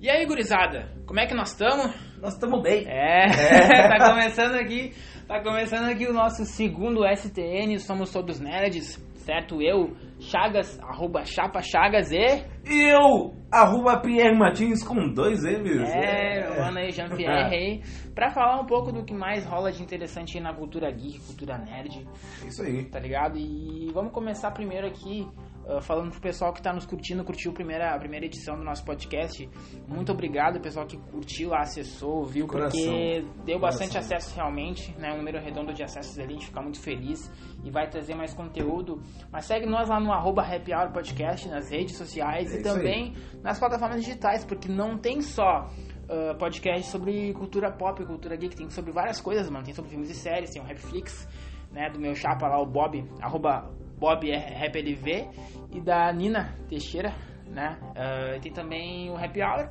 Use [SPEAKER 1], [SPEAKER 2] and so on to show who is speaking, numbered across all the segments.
[SPEAKER 1] E aí, gurizada, como é que nós estamos?
[SPEAKER 2] Nós estamos bem.
[SPEAKER 1] É, tá começando aqui, tá começando aqui o nosso segundo STN, somos todos nerds, certo? Eu, Chagas, arroba Chapa Chagas e...
[SPEAKER 2] E eu, arroba Pierre Martins com dois M's.
[SPEAKER 1] É, meu mano aí, Jean-Pierre aí, pra falar um pouco do que mais rola de interessante aí na cultura geek, cultura nerd,
[SPEAKER 2] é Isso aí.
[SPEAKER 1] tá ligado? E vamos começar primeiro aqui ah, falando pro pessoal que tá nos curtindo, curtiu a primeira, a primeira edição do nosso podcast. Muito obrigado, pessoal que curtiu, acessou, viu,
[SPEAKER 2] Coração.
[SPEAKER 1] porque deu bastante
[SPEAKER 2] Coração.
[SPEAKER 1] acesso realmente, né? Um número redondo de acessos ali, a gente fica muito feliz e vai trazer mais conteúdo. Mas segue nós lá no arroba Happy Hour Podcast, nas redes sociais
[SPEAKER 2] É
[SPEAKER 1] e
[SPEAKER 2] isso
[SPEAKER 1] também nas plataformas digitais, porque não tem só. ah, podcast sobre cultura pop, cultura geek, tem sobre várias coisas, mano. Tem sobre filmes e séries, tem o Rapflix, né? Do meu chapa lá, o Bob, arroba Bob é RapLV, e da Nina Teixeira, né? Ah, tem também o Happy Hour,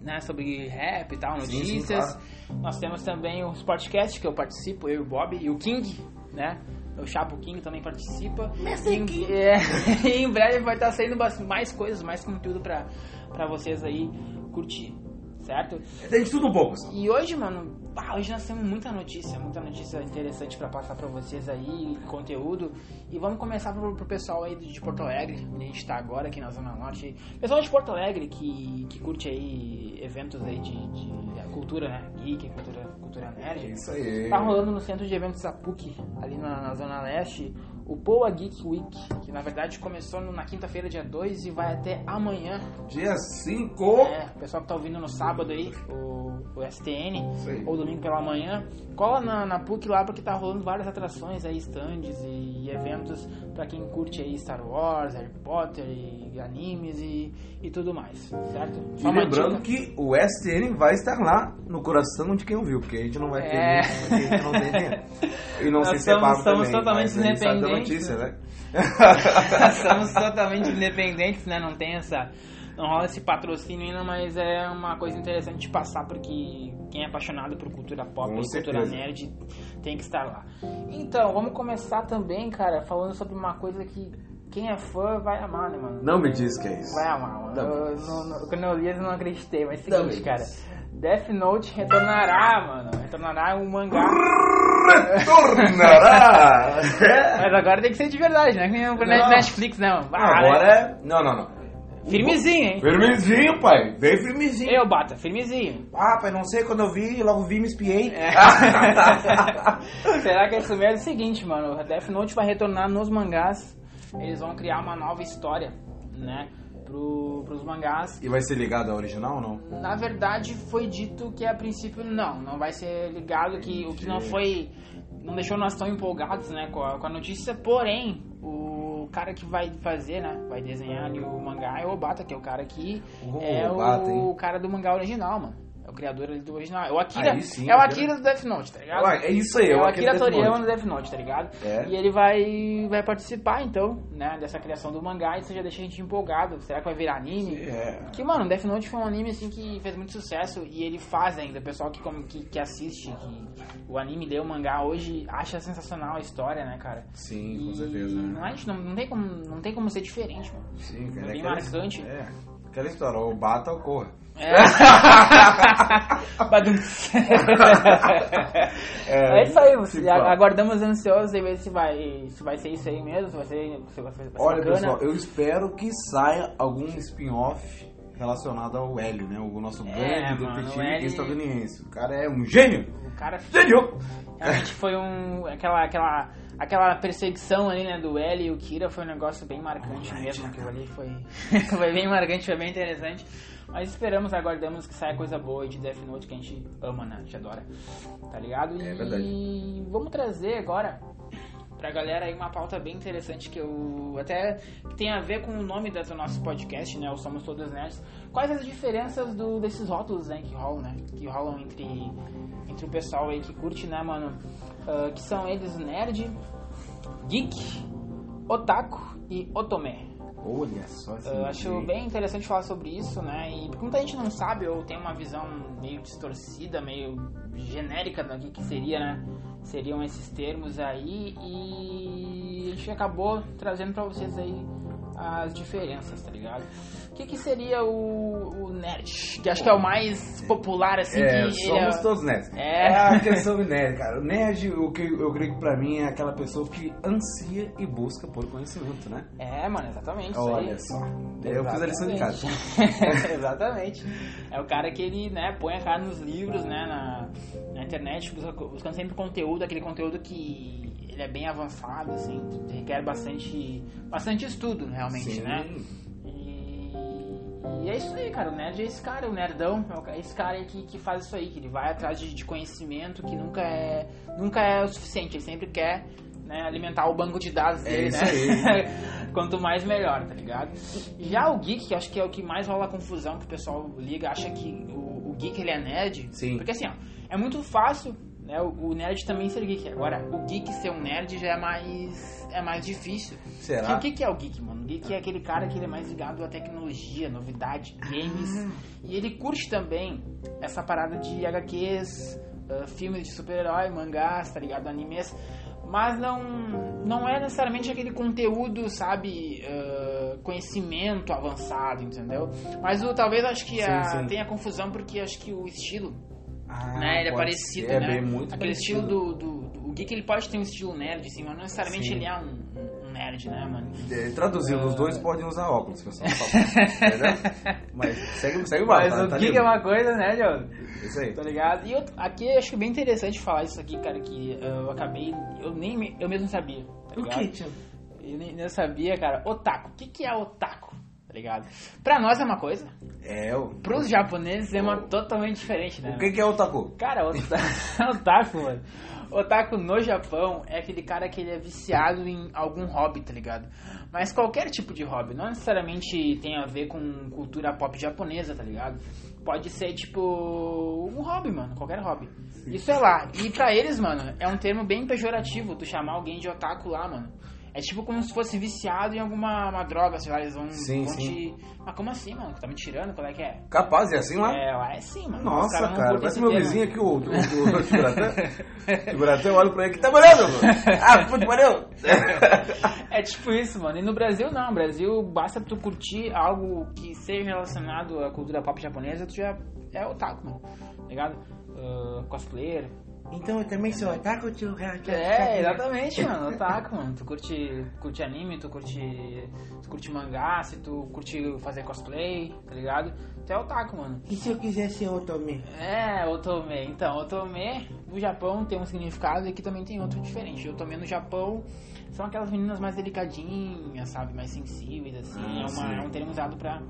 [SPEAKER 1] né, sobre rap e tal,
[SPEAKER 2] Sim,
[SPEAKER 1] notícias.
[SPEAKER 2] sim,
[SPEAKER 1] Nós temos também os podcasts que eu participo, eu e o Bob, e o King, né? O Chapo King também participa. E, King. e em breve vai estar saindo bas- mais coisas, mais conteúdo pra, pra vocês aí curtir, certo?
[SPEAKER 2] Tem de tudo um pouco. só.
[SPEAKER 1] E hoje, mano, pá, hoje nós temos muita notícia, muita notícia interessante pra passar pra vocês aí, conteúdo. E vamos começar pro, pro pessoal aí de Porto Alegre, onde a gente tá agora aqui na Zona Norte. Pessoal de Porto Alegre que, que curte aí eventos aí de, de- a cultura, né? Geek, cultura, cultura nerd.
[SPEAKER 2] É Isso aí.
[SPEAKER 1] Tá rolando no centro de eventos Sapuc, ali na, na Zona Leste, o Boa Geek Week, que na verdade começou no- na quinta-feira, dia 2, e vai até amanhã.
[SPEAKER 2] Dia 5.
[SPEAKER 1] É, o pessoal que tá ouvindo no sábado aí, o, o STN
[SPEAKER 2] Isso aí.
[SPEAKER 1] ou domingo pela manhã, cola na, na PUC lá porque tá rolando várias atrações aí, stands e, eventos pra quem curte aí Star Wars, Harry Potter e animes e, e tudo mais, certo?
[SPEAKER 2] E lembrando que o STN vai estar lá no coração de quem ouviu, porque a gente não vai ter
[SPEAKER 1] É.
[SPEAKER 2] muito, porque a gente não tem dinheiro. E não
[SPEAKER 1] Nós
[SPEAKER 2] sei se é pago
[SPEAKER 1] somos- somos
[SPEAKER 2] também,
[SPEAKER 1] totalmente
[SPEAKER 2] mas a gente sabe da
[SPEAKER 1] independentes,
[SPEAKER 2] notícia, né?
[SPEAKER 1] Somos totalmente independentes, né? Não tem essa. Não rola esse patrocínio ainda, mas é uma coisa interessante de passar, porque quem é apaixonado por cultura pop
[SPEAKER 2] Com
[SPEAKER 1] e cultura
[SPEAKER 2] certeza.
[SPEAKER 1] nerd tem que estar lá. Então, vamos começar também, cara, falando sobre uma coisa que quem é fã vai amar, né, mano?
[SPEAKER 2] Não me diz que é isso.
[SPEAKER 1] Vai amar, mano.
[SPEAKER 2] Tá bom.
[SPEAKER 1] Eu, não- não- quando eu li, eu não acreditei, mas é o
[SPEAKER 2] Tá
[SPEAKER 1] seguinte,
[SPEAKER 2] bom.
[SPEAKER 1] cara. Death Note retornará, mano. Retornará um mangá.
[SPEAKER 2] Tornará! É.
[SPEAKER 1] Mas agora tem que ser de verdade, né? Que nem o
[SPEAKER 2] Não.
[SPEAKER 1] Netflix, né, mano? Vai,
[SPEAKER 2] Agora é... Não, não, não.
[SPEAKER 1] né? Firmezinho, hein?
[SPEAKER 2] Firmezinho, pai. Bem firmezinho.
[SPEAKER 1] Eu, Bata, firmezinho.
[SPEAKER 2] Ah, pai, não sei, quando eu vi, logo vi, me espiei.
[SPEAKER 1] É. Será que é isso mesmo? É o seguinte, mano. Death Note vai retornar nos mangás. Eles vão criar uma nova história, né? Pro, pros mangás.
[SPEAKER 2] E vai ser ligado ao original ou não?
[SPEAKER 1] Na verdade, foi dito que a princípio não, não vai ser ligado, que o que não foi. Não deixou nós tão empolgados, né, com a, com a notícia, porém, o cara que vai fazer, né? Vai desenhar ali o mangá é o Obata, que é o cara que
[SPEAKER 2] O
[SPEAKER 1] é
[SPEAKER 2] Obata, hein?
[SPEAKER 1] o cara do mangá original, mano. É o criador ali do original. É o Akira.
[SPEAKER 2] Aí sim,
[SPEAKER 1] é o
[SPEAKER 2] Akira.
[SPEAKER 1] Akira do Death Note, tá ligado?
[SPEAKER 2] Ué, é isso aí,
[SPEAKER 1] É
[SPEAKER 2] eu
[SPEAKER 1] o Akira Toriyama no Death Note, tá ligado?
[SPEAKER 2] É.
[SPEAKER 1] E ele vai, vai participar, então, né, dessa criação do mangá, isso já deixa a gente empolgado. Será que vai virar anime?
[SPEAKER 2] É.
[SPEAKER 1] Que, mano, Death Note foi um anime, assim, que fez muito sucesso e ele faz ainda. O pessoal que, como- que, que assiste que o anime, lê o mangá hoje, acha sensacional a história, né, cara?
[SPEAKER 2] Sim, com
[SPEAKER 1] E
[SPEAKER 2] certeza. né?
[SPEAKER 1] Não, é- não, não, tem como, não tem como ser diferente, mano. É
[SPEAKER 2] Sim, cara.
[SPEAKER 1] bem
[SPEAKER 2] aquela-
[SPEAKER 1] marcante. É.
[SPEAKER 2] É. Aquela história, ou bata ou corra.
[SPEAKER 1] Badum. é, isso aí, você-
[SPEAKER 2] tipo,
[SPEAKER 1] a- aguardamos ansiosos e ver se vai, se vai ser isso aí mesmo, se vai ser, se vai ser
[SPEAKER 2] Olha,
[SPEAKER 1] bacana.
[SPEAKER 2] pessoal, eu espero que saia algum spin-off relacionado ao Hélio, né? O nosso
[SPEAKER 1] É,
[SPEAKER 2] grande
[SPEAKER 1] mano,
[SPEAKER 2] detetive
[SPEAKER 1] o Hélio-
[SPEAKER 2] estadunidense. O cara é um gênio.
[SPEAKER 1] O cara
[SPEAKER 2] Gênio!
[SPEAKER 1] realmente foi um aquela aquela aquela perseguição ali, né, do L e o Kira foi um negócio bem marcante mesmo, aquilo ali foi foi bem marcante, foi bem interessante. Mas esperamos, aguardamos que saia coisa boa aí de Death Note que a gente ama, né? A gente adora. Tá ligado?
[SPEAKER 2] É
[SPEAKER 1] e
[SPEAKER 2] verdade.
[SPEAKER 1] vamos trazer agora pra galera aí uma pauta bem interessante que eu até que tem a ver com o nome do nosso podcast, né? O Somos Todos Nerds. Quais as diferenças do, desses rótulos, né, que rolam, né? Que rolam entre, entre o pessoal aí que curte, né, mano? Ah, que são eles nerd, geek, otaku e otomé.
[SPEAKER 2] Olha só esse
[SPEAKER 1] Ah, Eu acho
[SPEAKER 2] jeito.
[SPEAKER 1] bem interessante falar sobre isso, né? E porque muita gente não sabe ou tem uma visão meio distorcida, meio genérica do que, que seria, né? Seriam esses termos aí e a gente acabou trazendo pra vocês aí as diferenças, tá ligado? O que, que seria o, o nerd? Que acho que é o mais popular, assim,
[SPEAKER 2] É,
[SPEAKER 1] que
[SPEAKER 2] somos todos nerds.
[SPEAKER 1] É.
[SPEAKER 2] a questão do nerd, cara. O nerd, o que eu creio que pra mim é aquela pessoa que ansia e busca por conhecimento, né?
[SPEAKER 1] é... é, mano, exatamente. isso
[SPEAKER 2] Olha
[SPEAKER 1] aí.
[SPEAKER 2] só. É, Eu fiz a lição de casa.
[SPEAKER 1] Exatamente. Exatamente. É o cara que ele, né, põe a cara nos livros, né, na, na internet, busca- buscando sempre conteúdo, aquele conteúdo que ele é bem avançado, assim, que requer bastante, bastante estudo, realmente,
[SPEAKER 2] Sim.
[SPEAKER 1] né? E, e é isso aí, cara. O nerd é esse cara, o nerdão. é o- É esse cara aí que, que faz isso aí, que ele vai atrás de, de conhecimento que nunca é, nunca é o suficiente. Ele sempre quer né, alimentar o banco de dados
[SPEAKER 2] É
[SPEAKER 1] dele,
[SPEAKER 2] isso
[SPEAKER 1] né? Quanto mais melhor, tá ligado? Já o geek, que eu acho que é o que mais rola confusão, que o pessoal liga, acha que o, o geek ele é nerd.
[SPEAKER 2] Sim.
[SPEAKER 1] Porque assim, ó, é muito fácil. Né, o, o nerd também ser geek. Agora, o geek ser um nerd já é mais, é mais difícil. E
[SPEAKER 2] Será? Ah.
[SPEAKER 1] o que, que é o geek, mano? O geek é aquele cara que ele é mais ligado à tecnologia, novidade, games.
[SPEAKER 2] Uhum.
[SPEAKER 1] E ele curte também essa parada de HQs, ah, filmes de super-herói, mangás, tá ligado? Animes. Mas não, não é necessariamente aquele conteúdo, sabe? ah, conhecimento avançado, entendeu? Mas o, talvez acho que a-
[SPEAKER 2] Sim, sim.
[SPEAKER 1] tenha confusão porque acho que o estilo
[SPEAKER 2] Ah,
[SPEAKER 1] né, ele é
[SPEAKER 2] pode
[SPEAKER 1] parecido,
[SPEAKER 2] ser, é
[SPEAKER 1] né?
[SPEAKER 2] bem muito
[SPEAKER 1] Aquele
[SPEAKER 2] parecido.
[SPEAKER 1] estilo do, do, do- O geek ele pode ter um estilo nerd, assim, mas não necessariamente
[SPEAKER 2] Sim.
[SPEAKER 1] ele é um, um- um nerd, né, mano?
[SPEAKER 2] É, Traduzindo, os
[SPEAKER 1] Ah.
[SPEAKER 2] dois podem usar óculos, pessoal. por favor. Entendeu? né? Mas segue, segue o barco, tá, tá livre.
[SPEAKER 1] uma coisa, né, Diogo?
[SPEAKER 2] Isso aí.
[SPEAKER 1] Tá ligado? E eu- aqui eu acho bem interessante falar isso aqui, cara, que uh, eu acabei. Eu nem me- eu mesmo sabia. Tá ligado?
[SPEAKER 2] tio?
[SPEAKER 1] Eu nem nem sabia, cara. Otaku. O que, que é otaku? Tá ligado? Pra nós é uma coisa,
[SPEAKER 2] É, o,
[SPEAKER 1] pros japoneses é uma totalmente diferente, né?
[SPEAKER 2] o que, que é o taco?
[SPEAKER 1] Cara, ota- otaku, mano. Otaku no Japão é aquele cara que ele é viciado em algum hobby, tá ligado? Mas qualquer tipo de hobby, não necessariamente tem a ver com cultura pop japonesa, tá ligado? Pode ser tipo um hobby, mano, qualquer hobby. Isso é lá. E pra eles, mano, é um termo bem pejorativo tu chamar alguém de otaku lá, mano. É tipo como se fosse viciado em alguma uma droga, sei lá, eles vão,
[SPEAKER 2] Sim,
[SPEAKER 1] vão
[SPEAKER 2] sim.
[SPEAKER 1] te. Mas como assim, mano? Tá me tirando? Qual é que é?
[SPEAKER 2] Capaz, é assim lá?
[SPEAKER 1] É, lá é sim, mano. Os
[SPEAKER 2] Nossa,
[SPEAKER 1] não
[SPEAKER 2] cara,
[SPEAKER 1] curtem
[SPEAKER 2] parece
[SPEAKER 1] esse
[SPEAKER 2] meu
[SPEAKER 1] termo.
[SPEAKER 2] vizinho aqui, o, o, o, o Tiburatã. Tiburatã, eu olho pra ele aqui, tá molhando? Ah, puto, valeu!
[SPEAKER 1] É tipo isso, mano. E no Brasil não. No Brasil basta tu curtir algo que seja relacionado à cultura pop japonesa, tu já é otaku, mano. Tá Ligado? Ah, cosplayer.
[SPEAKER 2] Então eu também sou ataco, tio.
[SPEAKER 1] É, exatamente, mano. Otaku, mano. Tu curte, curte anime, tu curte. Tu curte mangá, se tu curte fazer cosplay, tá ligado? Tu é otaku, mano.
[SPEAKER 2] E se eu quiser ser otome?
[SPEAKER 1] É, otome. Então, otome no Japão tem um significado e aqui também tem outro diferente. Otome no Japão são aquelas meninas mais delicadinhas, sabe? Mais sensíveis, assim.
[SPEAKER 2] Ah,
[SPEAKER 1] é, uma-
[SPEAKER 2] sim.
[SPEAKER 1] é um termo usado pra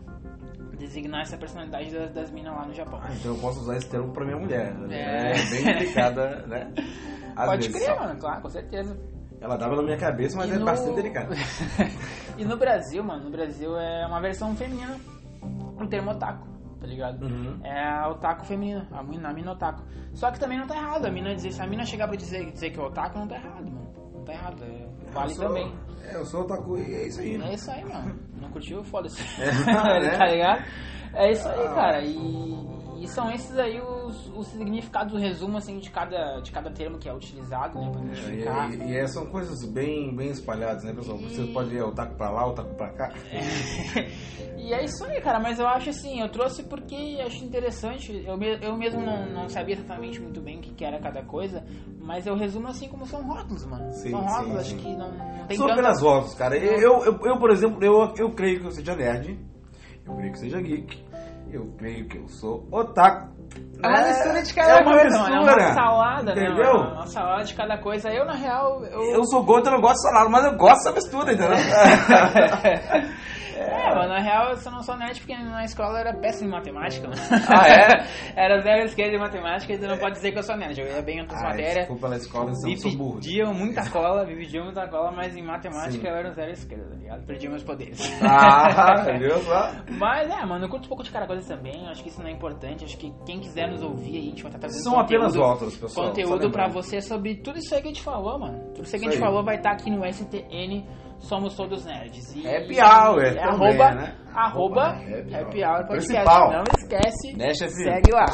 [SPEAKER 1] designar essa personalidade das, das meninas lá no Japão.
[SPEAKER 2] Ah, então eu posso usar esse termo pra minha mulher.
[SPEAKER 1] É.
[SPEAKER 2] É, bem delicada, né? Às
[SPEAKER 1] Pode
[SPEAKER 2] vezes,
[SPEAKER 1] crer,
[SPEAKER 2] só.
[SPEAKER 1] mano, claro, com certeza.
[SPEAKER 2] Ela dava na minha cabeça, mas
[SPEAKER 1] E
[SPEAKER 2] é
[SPEAKER 1] no-
[SPEAKER 2] bastante delicada.
[SPEAKER 1] e no Brasil, mano, no Brasil é uma versão feminina do termo otaku, tá ligado?
[SPEAKER 2] Uhum.
[SPEAKER 1] É a otaku feminina, a mina, a mina otaku. Só que também não tá errado, a mina dizer, se a mina chegar pra dizer, dizer que é otaku, não tá errado, mano. Não tá errado, é- vale
[SPEAKER 2] Eu sou-
[SPEAKER 1] também.
[SPEAKER 2] É, eu sou otaku e é isso aí.
[SPEAKER 1] É isso aí, mano. Não curtiu? Foda-se.
[SPEAKER 2] É, Ah.
[SPEAKER 1] tá
[SPEAKER 2] né?
[SPEAKER 1] ligado? É isso aí, cara. E, e são esses aí os, os significados, o resumo assim, de, cada, de cada termo que é utilizado, né? Pra
[SPEAKER 2] E,
[SPEAKER 1] identificar.
[SPEAKER 2] e, e é- são coisas bem, bem espalhadas, né, pessoal? Você
[SPEAKER 1] E-
[SPEAKER 2] pode ir otaku pra lá, otaku pra cá.
[SPEAKER 1] E é isso aí, cara, mas eu acho assim, eu trouxe porque acho interessante. Eu, me- eu mesmo não, não sabia exatamente muito bem o que, que era cada coisa, mas eu resumo assim como são rótulos, mano.
[SPEAKER 2] Sim,
[SPEAKER 1] são
[SPEAKER 2] sim,
[SPEAKER 1] rótulos,
[SPEAKER 2] sim.
[SPEAKER 1] acho que não, não tem
[SPEAKER 2] Só
[SPEAKER 1] tanto.
[SPEAKER 2] pelas vozes, cara. Eu, eu, eu, por exemplo, eu, eu creio que eu seja nerd. Eu creio que eu seja geek. Eu creio que eu sou otaku.
[SPEAKER 1] É uma mistura de cada
[SPEAKER 2] É uma
[SPEAKER 1] coisa, mano. É uma
[SPEAKER 2] mistura,
[SPEAKER 1] salada, né?
[SPEAKER 2] entendeu?
[SPEAKER 1] mano? Uma salada de cada coisa. Eu, na real, eu.
[SPEAKER 2] Eu sou gordo, eu não gosto de salada, mas eu gosto dessa mistura, entendeu?
[SPEAKER 1] É, mano, na real eu só não sou nerd porque na escola eu era péssimo em matemática, mano.
[SPEAKER 2] Ah, é?
[SPEAKER 1] era zero esquerda em matemática, então não pode dizer que eu sou nerd. Eu ia bem em outras
[SPEAKER 2] Ah,
[SPEAKER 1] matérias.
[SPEAKER 2] desculpa pela escola, eu
[SPEAKER 1] Me
[SPEAKER 2] sou burro.
[SPEAKER 1] pediam muita cola, me pediam muita cola, mas em matemática
[SPEAKER 2] Sim.
[SPEAKER 1] eu era um zero esquerda, tá ligado? Perdi meus poderes.
[SPEAKER 2] Ah, viu só?
[SPEAKER 1] Mas é, mano, eu curto um pouco de cada coisa também, acho que isso não é importante, acho que quem quiser nos ouvir aí, a gente vai estar trazendo
[SPEAKER 2] São
[SPEAKER 1] conteúdo,
[SPEAKER 2] apenas rótulos, pessoal. só
[SPEAKER 1] conteúdo
[SPEAKER 2] lembrando.
[SPEAKER 1] pra você sobre tudo isso aí que a gente falou, mano. Tudo isso aí que a gente
[SPEAKER 2] Isso aí.
[SPEAKER 1] falou vai estar aqui no STN Somos Todos Nerds. E,
[SPEAKER 2] Happy Hour
[SPEAKER 1] é
[SPEAKER 2] também,
[SPEAKER 1] arroba,
[SPEAKER 2] né?
[SPEAKER 1] arroba
[SPEAKER 2] Happy Hour.
[SPEAKER 1] Happy Hour Podcast.
[SPEAKER 2] Principal.
[SPEAKER 1] Não esquece,
[SPEAKER 2] Né, chefinho?
[SPEAKER 1] segue lá.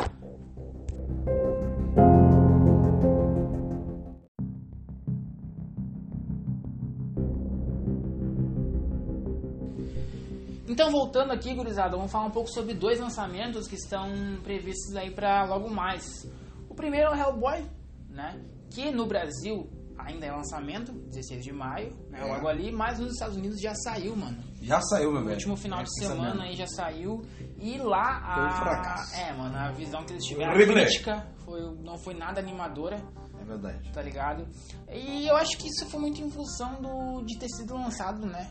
[SPEAKER 1] Então, voltando aqui, gurizada, vamos falar um pouco sobre dois lançamentos que estão previstos aí para logo mais. O primeiro é o Hellboy, né? Que no Brasil ainda é lançamento, 16 de maio, né?
[SPEAKER 2] É.
[SPEAKER 1] Logo ali, mas nos Estados Unidos já saiu, mano.
[SPEAKER 2] Já saiu, meu
[SPEAKER 1] No
[SPEAKER 2] velho.
[SPEAKER 1] último final
[SPEAKER 2] É
[SPEAKER 1] de
[SPEAKER 2] isso
[SPEAKER 1] semana
[SPEAKER 2] mesmo.
[SPEAKER 1] aí já saiu. E lá
[SPEAKER 2] Foi um
[SPEAKER 1] a.
[SPEAKER 2] fracasso.
[SPEAKER 1] é, mano, a visão que eles tiveram, a
[SPEAKER 2] Horrível.
[SPEAKER 1] crítica, foi, não foi nada animadora
[SPEAKER 2] É verdade.
[SPEAKER 1] tá ligado? E eu acho que isso foi muito em função do, de ter sido lançado, né?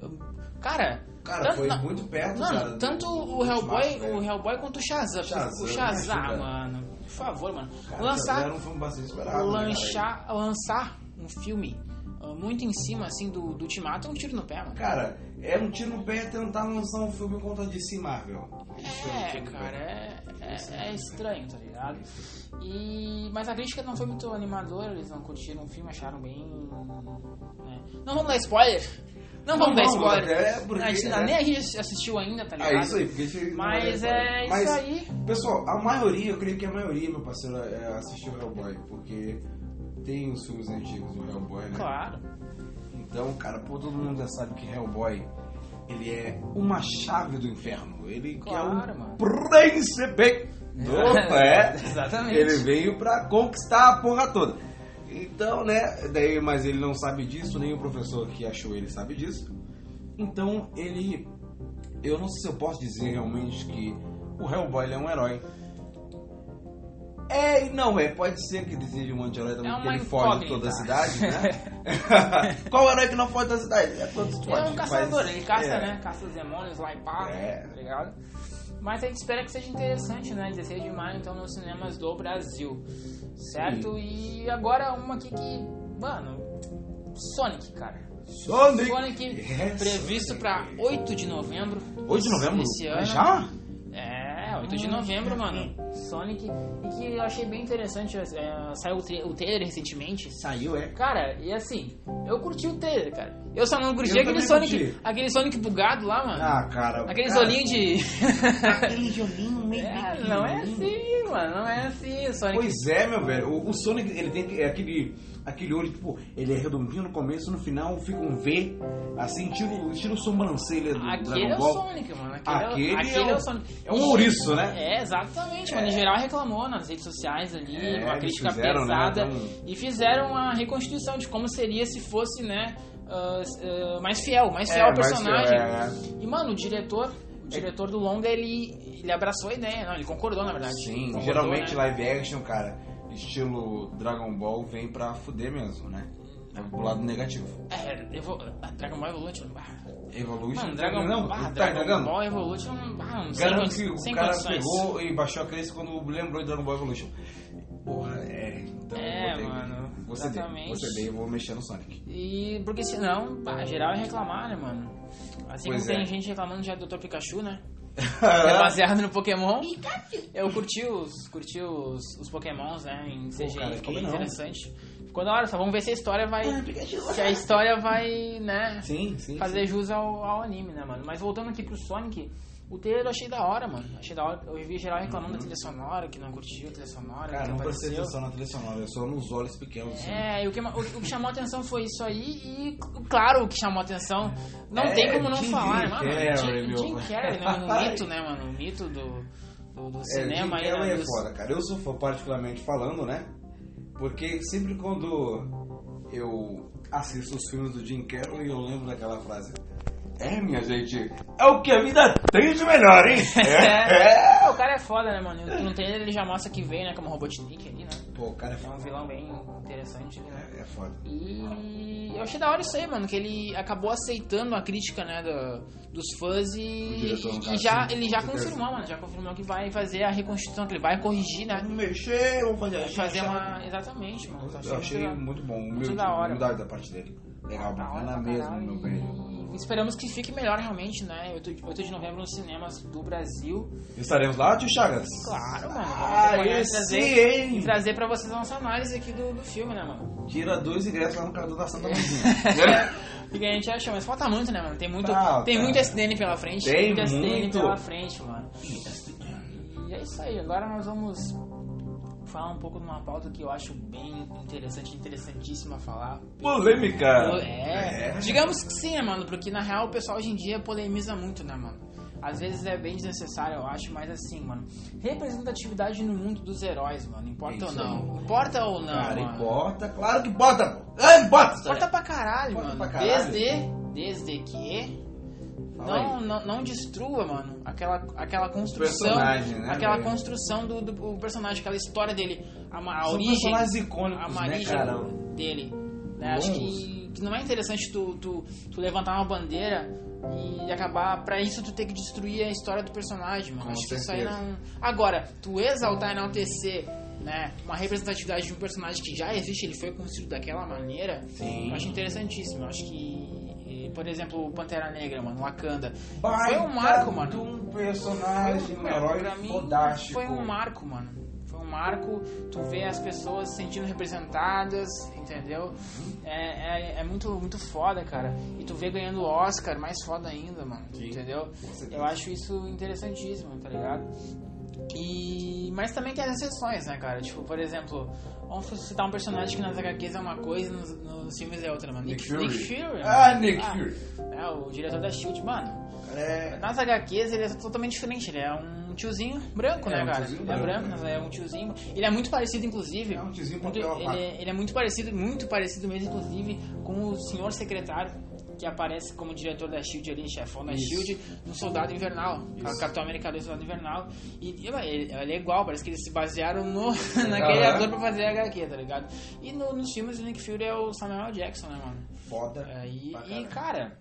[SPEAKER 1] Eu- Cara,
[SPEAKER 2] Cara,
[SPEAKER 1] tanto-
[SPEAKER 2] foi
[SPEAKER 1] não-
[SPEAKER 2] muito perto,
[SPEAKER 1] mano,
[SPEAKER 2] cara, do-
[SPEAKER 1] tanto o
[SPEAKER 2] do
[SPEAKER 1] Hellboy,
[SPEAKER 2] Ultimato, velho.
[SPEAKER 1] o Hellboy quanto o Shazam.
[SPEAKER 2] Shazam,
[SPEAKER 1] o Shazam,
[SPEAKER 2] né, cara?
[SPEAKER 1] mano. Por favor, mano.
[SPEAKER 2] Cara,
[SPEAKER 1] lançar
[SPEAKER 2] Era um filme bastante esperado. né, cara?
[SPEAKER 1] lanchar- lançar um filme ah, muito em cima assim do, do Ultimato é um tiro no pé, mano.
[SPEAKER 2] Cara, é um tiro no pé tentar lançar um filme contra DC e Marvel. Isso um
[SPEAKER 1] É,
[SPEAKER 2] tiro no pé.
[SPEAKER 1] cara, é, é, é estranho, tá ligado? E, mas a crítica não foi muito animadora, eles não curtiram o filme, acharam bem. né? Não vamos dar spoiler! Não
[SPEAKER 2] Não,
[SPEAKER 1] vamos dar
[SPEAKER 2] não,
[SPEAKER 1] spoiler!
[SPEAKER 2] é porque-
[SPEAKER 1] a gente,
[SPEAKER 2] é.
[SPEAKER 1] Nem a gente assistiu ainda, tá ligado?
[SPEAKER 2] É isso aí, porque esse-
[SPEAKER 1] Mas é
[SPEAKER 2] Mas,
[SPEAKER 1] isso aí.
[SPEAKER 2] Pessoal, a maioria, eu creio que a maioria, meu parceiro, é, assistiu o Hellboy, porque tem os filmes antigos do Hellboy, né?
[SPEAKER 1] Claro.
[SPEAKER 2] Então, cara, pô, todo mundo já sabe que Hellboy, ele é uma chave do inferno. Ele que é
[SPEAKER 1] Claro,
[SPEAKER 2] um
[SPEAKER 1] mano.
[SPEAKER 2] príncipe do pé.
[SPEAKER 1] Exatamente.
[SPEAKER 2] é. Ele veio pra conquistar a porra toda. Então, né, daí, mas ele não sabe disso, nem o professor que achou ele sabe disso. Então, ele... Eu não sei se eu posso dizer realmente que o Hellboy ele é um herói. É e não é. Pode ser que ele seja um anti-herói também,
[SPEAKER 1] É
[SPEAKER 2] porque
[SPEAKER 1] uma
[SPEAKER 2] ele foge de
[SPEAKER 1] incógnita.
[SPEAKER 2] toda a cidade, né? Qual herói que não foge da cidade? É todos
[SPEAKER 1] Ele é um caçador, ele caça,
[SPEAKER 2] é.
[SPEAKER 1] né? Caça os demônios lá e pá,
[SPEAKER 2] É.
[SPEAKER 1] tá ligado? Mas a gente espera que seja interessante, né? 16 de maio, então, nos cinemas do Brasil, certo? E agora uma aqui que, mano, Sonic, cara.
[SPEAKER 2] Sonic!
[SPEAKER 1] Sonic
[SPEAKER 2] Yes.
[SPEAKER 1] previsto pra 8 de novembro.
[SPEAKER 2] 8 de novembro?
[SPEAKER 1] Esse
[SPEAKER 2] Ah,
[SPEAKER 1] ano.
[SPEAKER 2] Já? Hum,
[SPEAKER 1] É, 8 de novembro, mano. Sonic, e que eu achei bem interessante, é, saiu o tra- o trailer recentemente,
[SPEAKER 2] Saiu, é.
[SPEAKER 1] Cara, e assim, eu curti o trailer, cara. Eu só não curti
[SPEAKER 2] Eu
[SPEAKER 1] aquele
[SPEAKER 2] também
[SPEAKER 1] Sonic,
[SPEAKER 2] curti.
[SPEAKER 1] aquele Sonic bugado lá, mano.
[SPEAKER 2] Ah, cara.
[SPEAKER 1] Aquele
[SPEAKER 2] cara,
[SPEAKER 1] olhinhos de.
[SPEAKER 2] Aquele olhinho meio.
[SPEAKER 1] é, não é assim, mano. Não é assim, Sonic.
[SPEAKER 2] Pois é, meu velho. O, o Sonic, ele tem que- é aquele, aquele olho, tipo, ele é redondinho no começo, no final fica um V, assim, tira, o- tira o sobrancelha do
[SPEAKER 1] Aquele é
[SPEAKER 2] Dragon
[SPEAKER 1] o
[SPEAKER 2] Ball.
[SPEAKER 1] Sonic, mano. Aquele, é o-
[SPEAKER 2] Aquele é
[SPEAKER 1] aquele
[SPEAKER 2] o-
[SPEAKER 1] é, o Sonic.
[SPEAKER 2] é um ouriço, né?
[SPEAKER 1] É, exatamente, mano. Em geral reclamou nas redes sociais ali,
[SPEAKER 2] É,
[SPEAKER 1] uma
[SPEAKER 2] eles
[SPEAKER 1] crítica
[SPEAKER 2] fizeram, né,
[SPEAKER 1] pesada.
[SPEAKER 2] então-
[SPEAKER 1] E fizeram a reconstituição de como seria se fosse, né? ah, ah, mais fiel, mais fiel ao
[SPEAKER 2] mas,
[SPEAKER 1] personagem.
[SPEAKER 2] é,
[SPEAKER 1] E, mano, o diretor, o diretor do longa, ele, ele abraçou a ideia, não, ele concordou, na verdade.
[SPEAKER 2] sim,
[SPEAKER 1] Concordou,
[SPEAKER 2] geralmente
[SPEAKER 1] É. né?
[SPEAKER 2] live action, cara, estilo Dragon Ball vem pra fuder mesmo, né? É pro lado negativo.
[SPEAKER 1] É, eu vou... ah, Dragon Ball Evolution... bah.
[SPEAKER 2] Evolution.
[SPEAKER 1] Mano, Dragon,
[SPEAKER 2] não,
[SPEAKER 1] bah,
[SPEAKER 2] tá
[SPEAKER 1] Dragon
[SPEAKER 2] entendendo?
[SPEAKER 1] Ball Evolution... Bah, não, sem,
[SPEAKER 2] Garanto
[SPEAKER 1] con-
[SPEAKER 2] que o
[SPEAKER 1] sem
[SPEAKER 2] cara
[SPEAKER 1] condições.
[SPEAKER 2] pegou e baixou a crença quando lembrou de Dragon Ball Evolution. Porra, é. Então
[SPEAKER 1] É,
[SPEAKER 2] eu vou ter-
[SPEAKER 1] mano,
[SPEAKER 2] Vou ceder,
[SPEAKER 1] exatamente.
[SPEAKER 2] vou ceder e vou mexer no Sonic.
[SPEAKER 1] E porque senão, bah, geral é reclamar, né, mano? Assim
[SPEAKER 2] Pois
[SPEAKER 1] como tem
[SPEAKER 2] é.
[SPEAKER 1] gente reclamando já do Dr. Pikachu, né? Que é baseado no Pokémon. Eu curti os, curti os, os Pokémons, né? Em CGI,
[SPEAKER 2] cara,
[SPEAKER 1] ficou
[SPEAKER 2] quem
[SPEAKER 1] bem
[SPEAKER 2] não?
[SPEAKER 1] interessante. Ficou da hora, só vamos ver se a história vai.
[SPEAKER 2] Ah, Pikachu.
[SPEAKER 1] se a história vai, né?
[SPEAKER 2] Sim, sim.
[SPEAKER 1] fazer jus ao, ao anime, né, mano? Mas voltando aqui pro Sonic, o trailer eu achei da hora, mano. Achei da hora. Eu vi geral reclamando da trilha sonora, que não curtiu a trilha sonora,
[SPEAKER 2] Cara,
[SPEAKER 1] que
[SPEAKER 2] não prestei
[SPEAKER 1] apareceu.
[SPEAKER 2] atenção na trilha sonora, é só nos olhos pequenos. assim.
[SPEAKER 1] É, e o que, ma- o, o que chamou a atenção foi isso aí, e cl- claro o que chamou a atenção. Não
[SPEAKER 2] É,
[SPEAKER 1] tem como não
[SPEAKER 2] Jim
[SPEAKER 1] falar, né, mano?
[SPEAKER 2] Carrey, é,
[SPEAKER 1] Jim,
[SPEAKER 2] meu.
[SPEAKER 1] Jim Carrey, né, mano? O mito, né, mano? O mito do, do, do cinema
[SPEAKER 2] é,
[SPEAKER 1] aí,
[SPEAKER 2] Jim Carrey
[SPEAKER 1] né?
[SPEAKER 2] é
[SPEAKER 1] dos-
[SPEAKER 2] foda, cara. Eu sou fã, particularmente falando, né? Porque sempre quando eu assisto os filmes do Jim Carrey, eu lembro daquela frase. É, minha gente, é o que a vida tem de melhor, hein?
[SPEAKER 1] É. o cara é foda, né, mano? E No trailer ele já mostra que veio, né, como Robotnik ali, né?
[SPEAKER 2] Pô, o cara é
[SPEAKER 1] É um
[SPEAKER 2] foda.
[SPEAKER 1] vilão bem interessante, né?
[SPEAKER 2] É, é foda.
[SPEAKER 1] E eu achei da hora isso aí, mano, que ele acabou aceitando a crítica, né, do- dos fãs e,
[SPEAKER 2] O diretor, no
[SPEAKER 1] e
[SPEAKER 2] caso,
[SPEAKER 1] já,
[SPEAKER 2] sim,
[SPEAKER 1] ele já
[SPEAKER 2] com certeza.
[SPEAKER 1] confirmou, mano, já confirmou que vai fazer a reconstituição, que ele vai corrigir, né,
[SPEAKER 2] Vamos mexer, vamos fazer
[SPEAKER 1] vai fazer uma... Exatamente, mano,
[SPEAKER 2] Eu achei
[SPEAKER 1] muito
[SPEAKER 2] muito bom,
[SPEAKER 1] muito
[SPEAKER 2] humilde,
[SPEAKER 1] da hora. Ah,
[SPEAKER 2] humildade da parte dele. É, Legal,
[SPEAKER 1] da tá hora
[SPEAKER 2] bacana
[SPEAKER 1] pra
[SPEAKER 2] mesmo,
[SPEAKER 1] caralho.
[SPEAKER 2] tá meu velho.
[SPEAKER 1] E Esperamos que fique melhor realmente, né, 8 de, 8 de novembro nos cinemas do Brasil.
[SPEAKER 2] Estaremos lá, tio Chagas?
[SPEAKER 1] Claro, mano,
[SPEAKER 2] Ah,
[SPEAKER 1] acompanhar e
[SPEAKER 2] esse,
[SPEAKER 1] trazer, e
[SPEAKER 2] hein?
[SPEAKER 1] trazer pra vocês a nossa análise aqui do, do filme, né, mano.
[SPEAKER 2] Tira dois ingressos lá no cartão da Santa Luzinha.
[SPEAKER 1] O que a gente achou, mas falta muito, né, mano? Tem muito,
[SPEAKER 2] Falta.
[SPEAKER 1] tem muito SDN pela frente.
[SPEAKER 2] Tem
[SPEAKER 1] muito SDN
[SPEAKER 2] muito.
[SPEAKER 1] pela frente, mano. E é isso aí, agora nós vamos falar um pouco de uma pauta que eu acho bem interessante, interessantíssima falar.
[SPEAKER 2] Polêmica!
[SPEAKER 1] É. Digamos que sim, né, mano? Porque na real o pessoal hoje em dia polemiza muito, né, mano? Às vezes é bem desnecessário, eu acho, mas assim, mano. Representatividade no mundo dos heróis, mano. Importa
[SPEAKER 2] É Isso
[SPEAKER 1] ou não?
[SPEAKER 2] aí.
[SPEAKER 1] Importa ou não?
[SPEAKER 2] Cara,
[SPEAKER 1] mano?
[SPEAKER 2] importa, claro que bota, pô! Ai, bota!
[SPEAKER 1] Importa pra caralho,
[SPEAKER 2] Importa
[SPEAKER 1] mano.
[SPEAKER 2] pra caralho.
[SPEAKER 1] Desde, desde que não,
[SPEAKER 2] Fala
[SPEAKER 1] não, não destrua, mano, aquela, aquela construção.
[SPEAKER 2] personagem, né,
[SPEAKER 1] aquela
[SPEAKER 2] velho?
[SPEAKER 1] construção do, do, do personagem, aquela história dele, a, ma- a
[SPEAKER 2] São
[SPEAKER 1] origem.
[SPEAKER 2] personagens icônicos,
[SPEAKER 1] A
[SPEAKER 2] né,
[SPEAKER 1] origem
[SPEAKER 2] cara?
[SPEAKER 1] dele. né? Acho que, que não é interessante tu, tu, tu levantar uma bandeira e acabar. Pra isso tu ter que destruir a história do personagem, mano.
[SPEAKER 2] Com
[SPEAKER 1] Acho que isso aí
[SPEAKER 2] certeza.
[SPEAKER 1] não. um, Agora, tu exaltar e enaltecer. Né? Uma representatividade de um personagem que já existe, ele foi construído daquela maneira.
[SPEAKER 2] Sim.
[SPEAKER 1] Eu acho interessantíssimo. Eu acho que, eh, por exemplo, o Pantera Negra, mano, Wakanda.
[SPEAKER 2] Baita
[SPEAKER 1] foi um marco, mano.
[SPEAKER 2] de um personagem, um herói
[SPEAKER 1] pra mim,
[SPEAKER 2] fodástico.
[SPEAKER 1] Foi um marco, mano. Foi um marco, tu vê as pessoas se sentindo representadas, entendeu?
[SPEAKER 2] Uhum.
[SPEAKER 1] É, é, é muito, muito foda, cara. E tu vê ganhando o Oscar, mais foda ainda, mano.
[SPEAKER 2] Sim.
[SPEAKER 1] Entendeu?
[SPEAKER 2] certeza.
[SPEAKER 1] Eu acho isso interessantíssimo, tá ligado? E... Mas também tem as exceções, né, cara? Tipo, por exemplo, vamos citar um personagem que nas HQs é uma coisa e nos, nos filmes é outra, mano.
[SPEAKER 2] Nick Fury.
[SPEAKER 1] Nick Fury
[SPEAKER 2] Ah,
[SPEAKER 1] mano.
[SPEAKER 2] Nick Fury.
[SPEAKER 1] É, o diretor da Shield, mano.
[SPEAKER 2] É,
[SPEAKER 1] Nas HQs ele é totalmente diferente, ele é um tiozinho branco,
[SPEAKER 2] É,
[SPEAKER 1] né,
[SPEAKER 2] um
[SPEAKER 1] cara?
[SPEAKER 2] tiozinho
[SPEAKER 1] ele é
[SPEAKER 2] branco,
[SPEAKER 1] branco, mas é um tiozinho. Ele é muito parecido, inclusive.
[SPEAKER 2] é um tizinho
[SPEAKER 1] muito-
[SPEAKER 2] papel
[SPEAKER 1] ele, é, ele é muito parecido, muito parecido mesmo, inclusive, com o senhor secretário que aparece como diretor da Shield ali, chefão da
[SPEAKER 2] Isso.
[SPEAKER 1] Shield, no Soldado Invernal,
[SPEAKER 2] Isso.
[SPEAKER 1] Capitão América 2 Soldado Invernal. E, e, mano, ele, ele é igual, parece que eles se basearam no, naquele
[SPEAKER 2] Aham.
[SPEAKER 1] ator pra fazer a HQ, tá ligado? E no- nos filmes o Nick Fury é o Samuel L. Jackson, né, mano?
[SPEAKER 2] foda.
[SPEAKER 1] É, e,
[SPEAKER 2] pra
[SPEAKER 1] e,
[SPEAKER 2] caralho.
[SPEAKER 1] cara,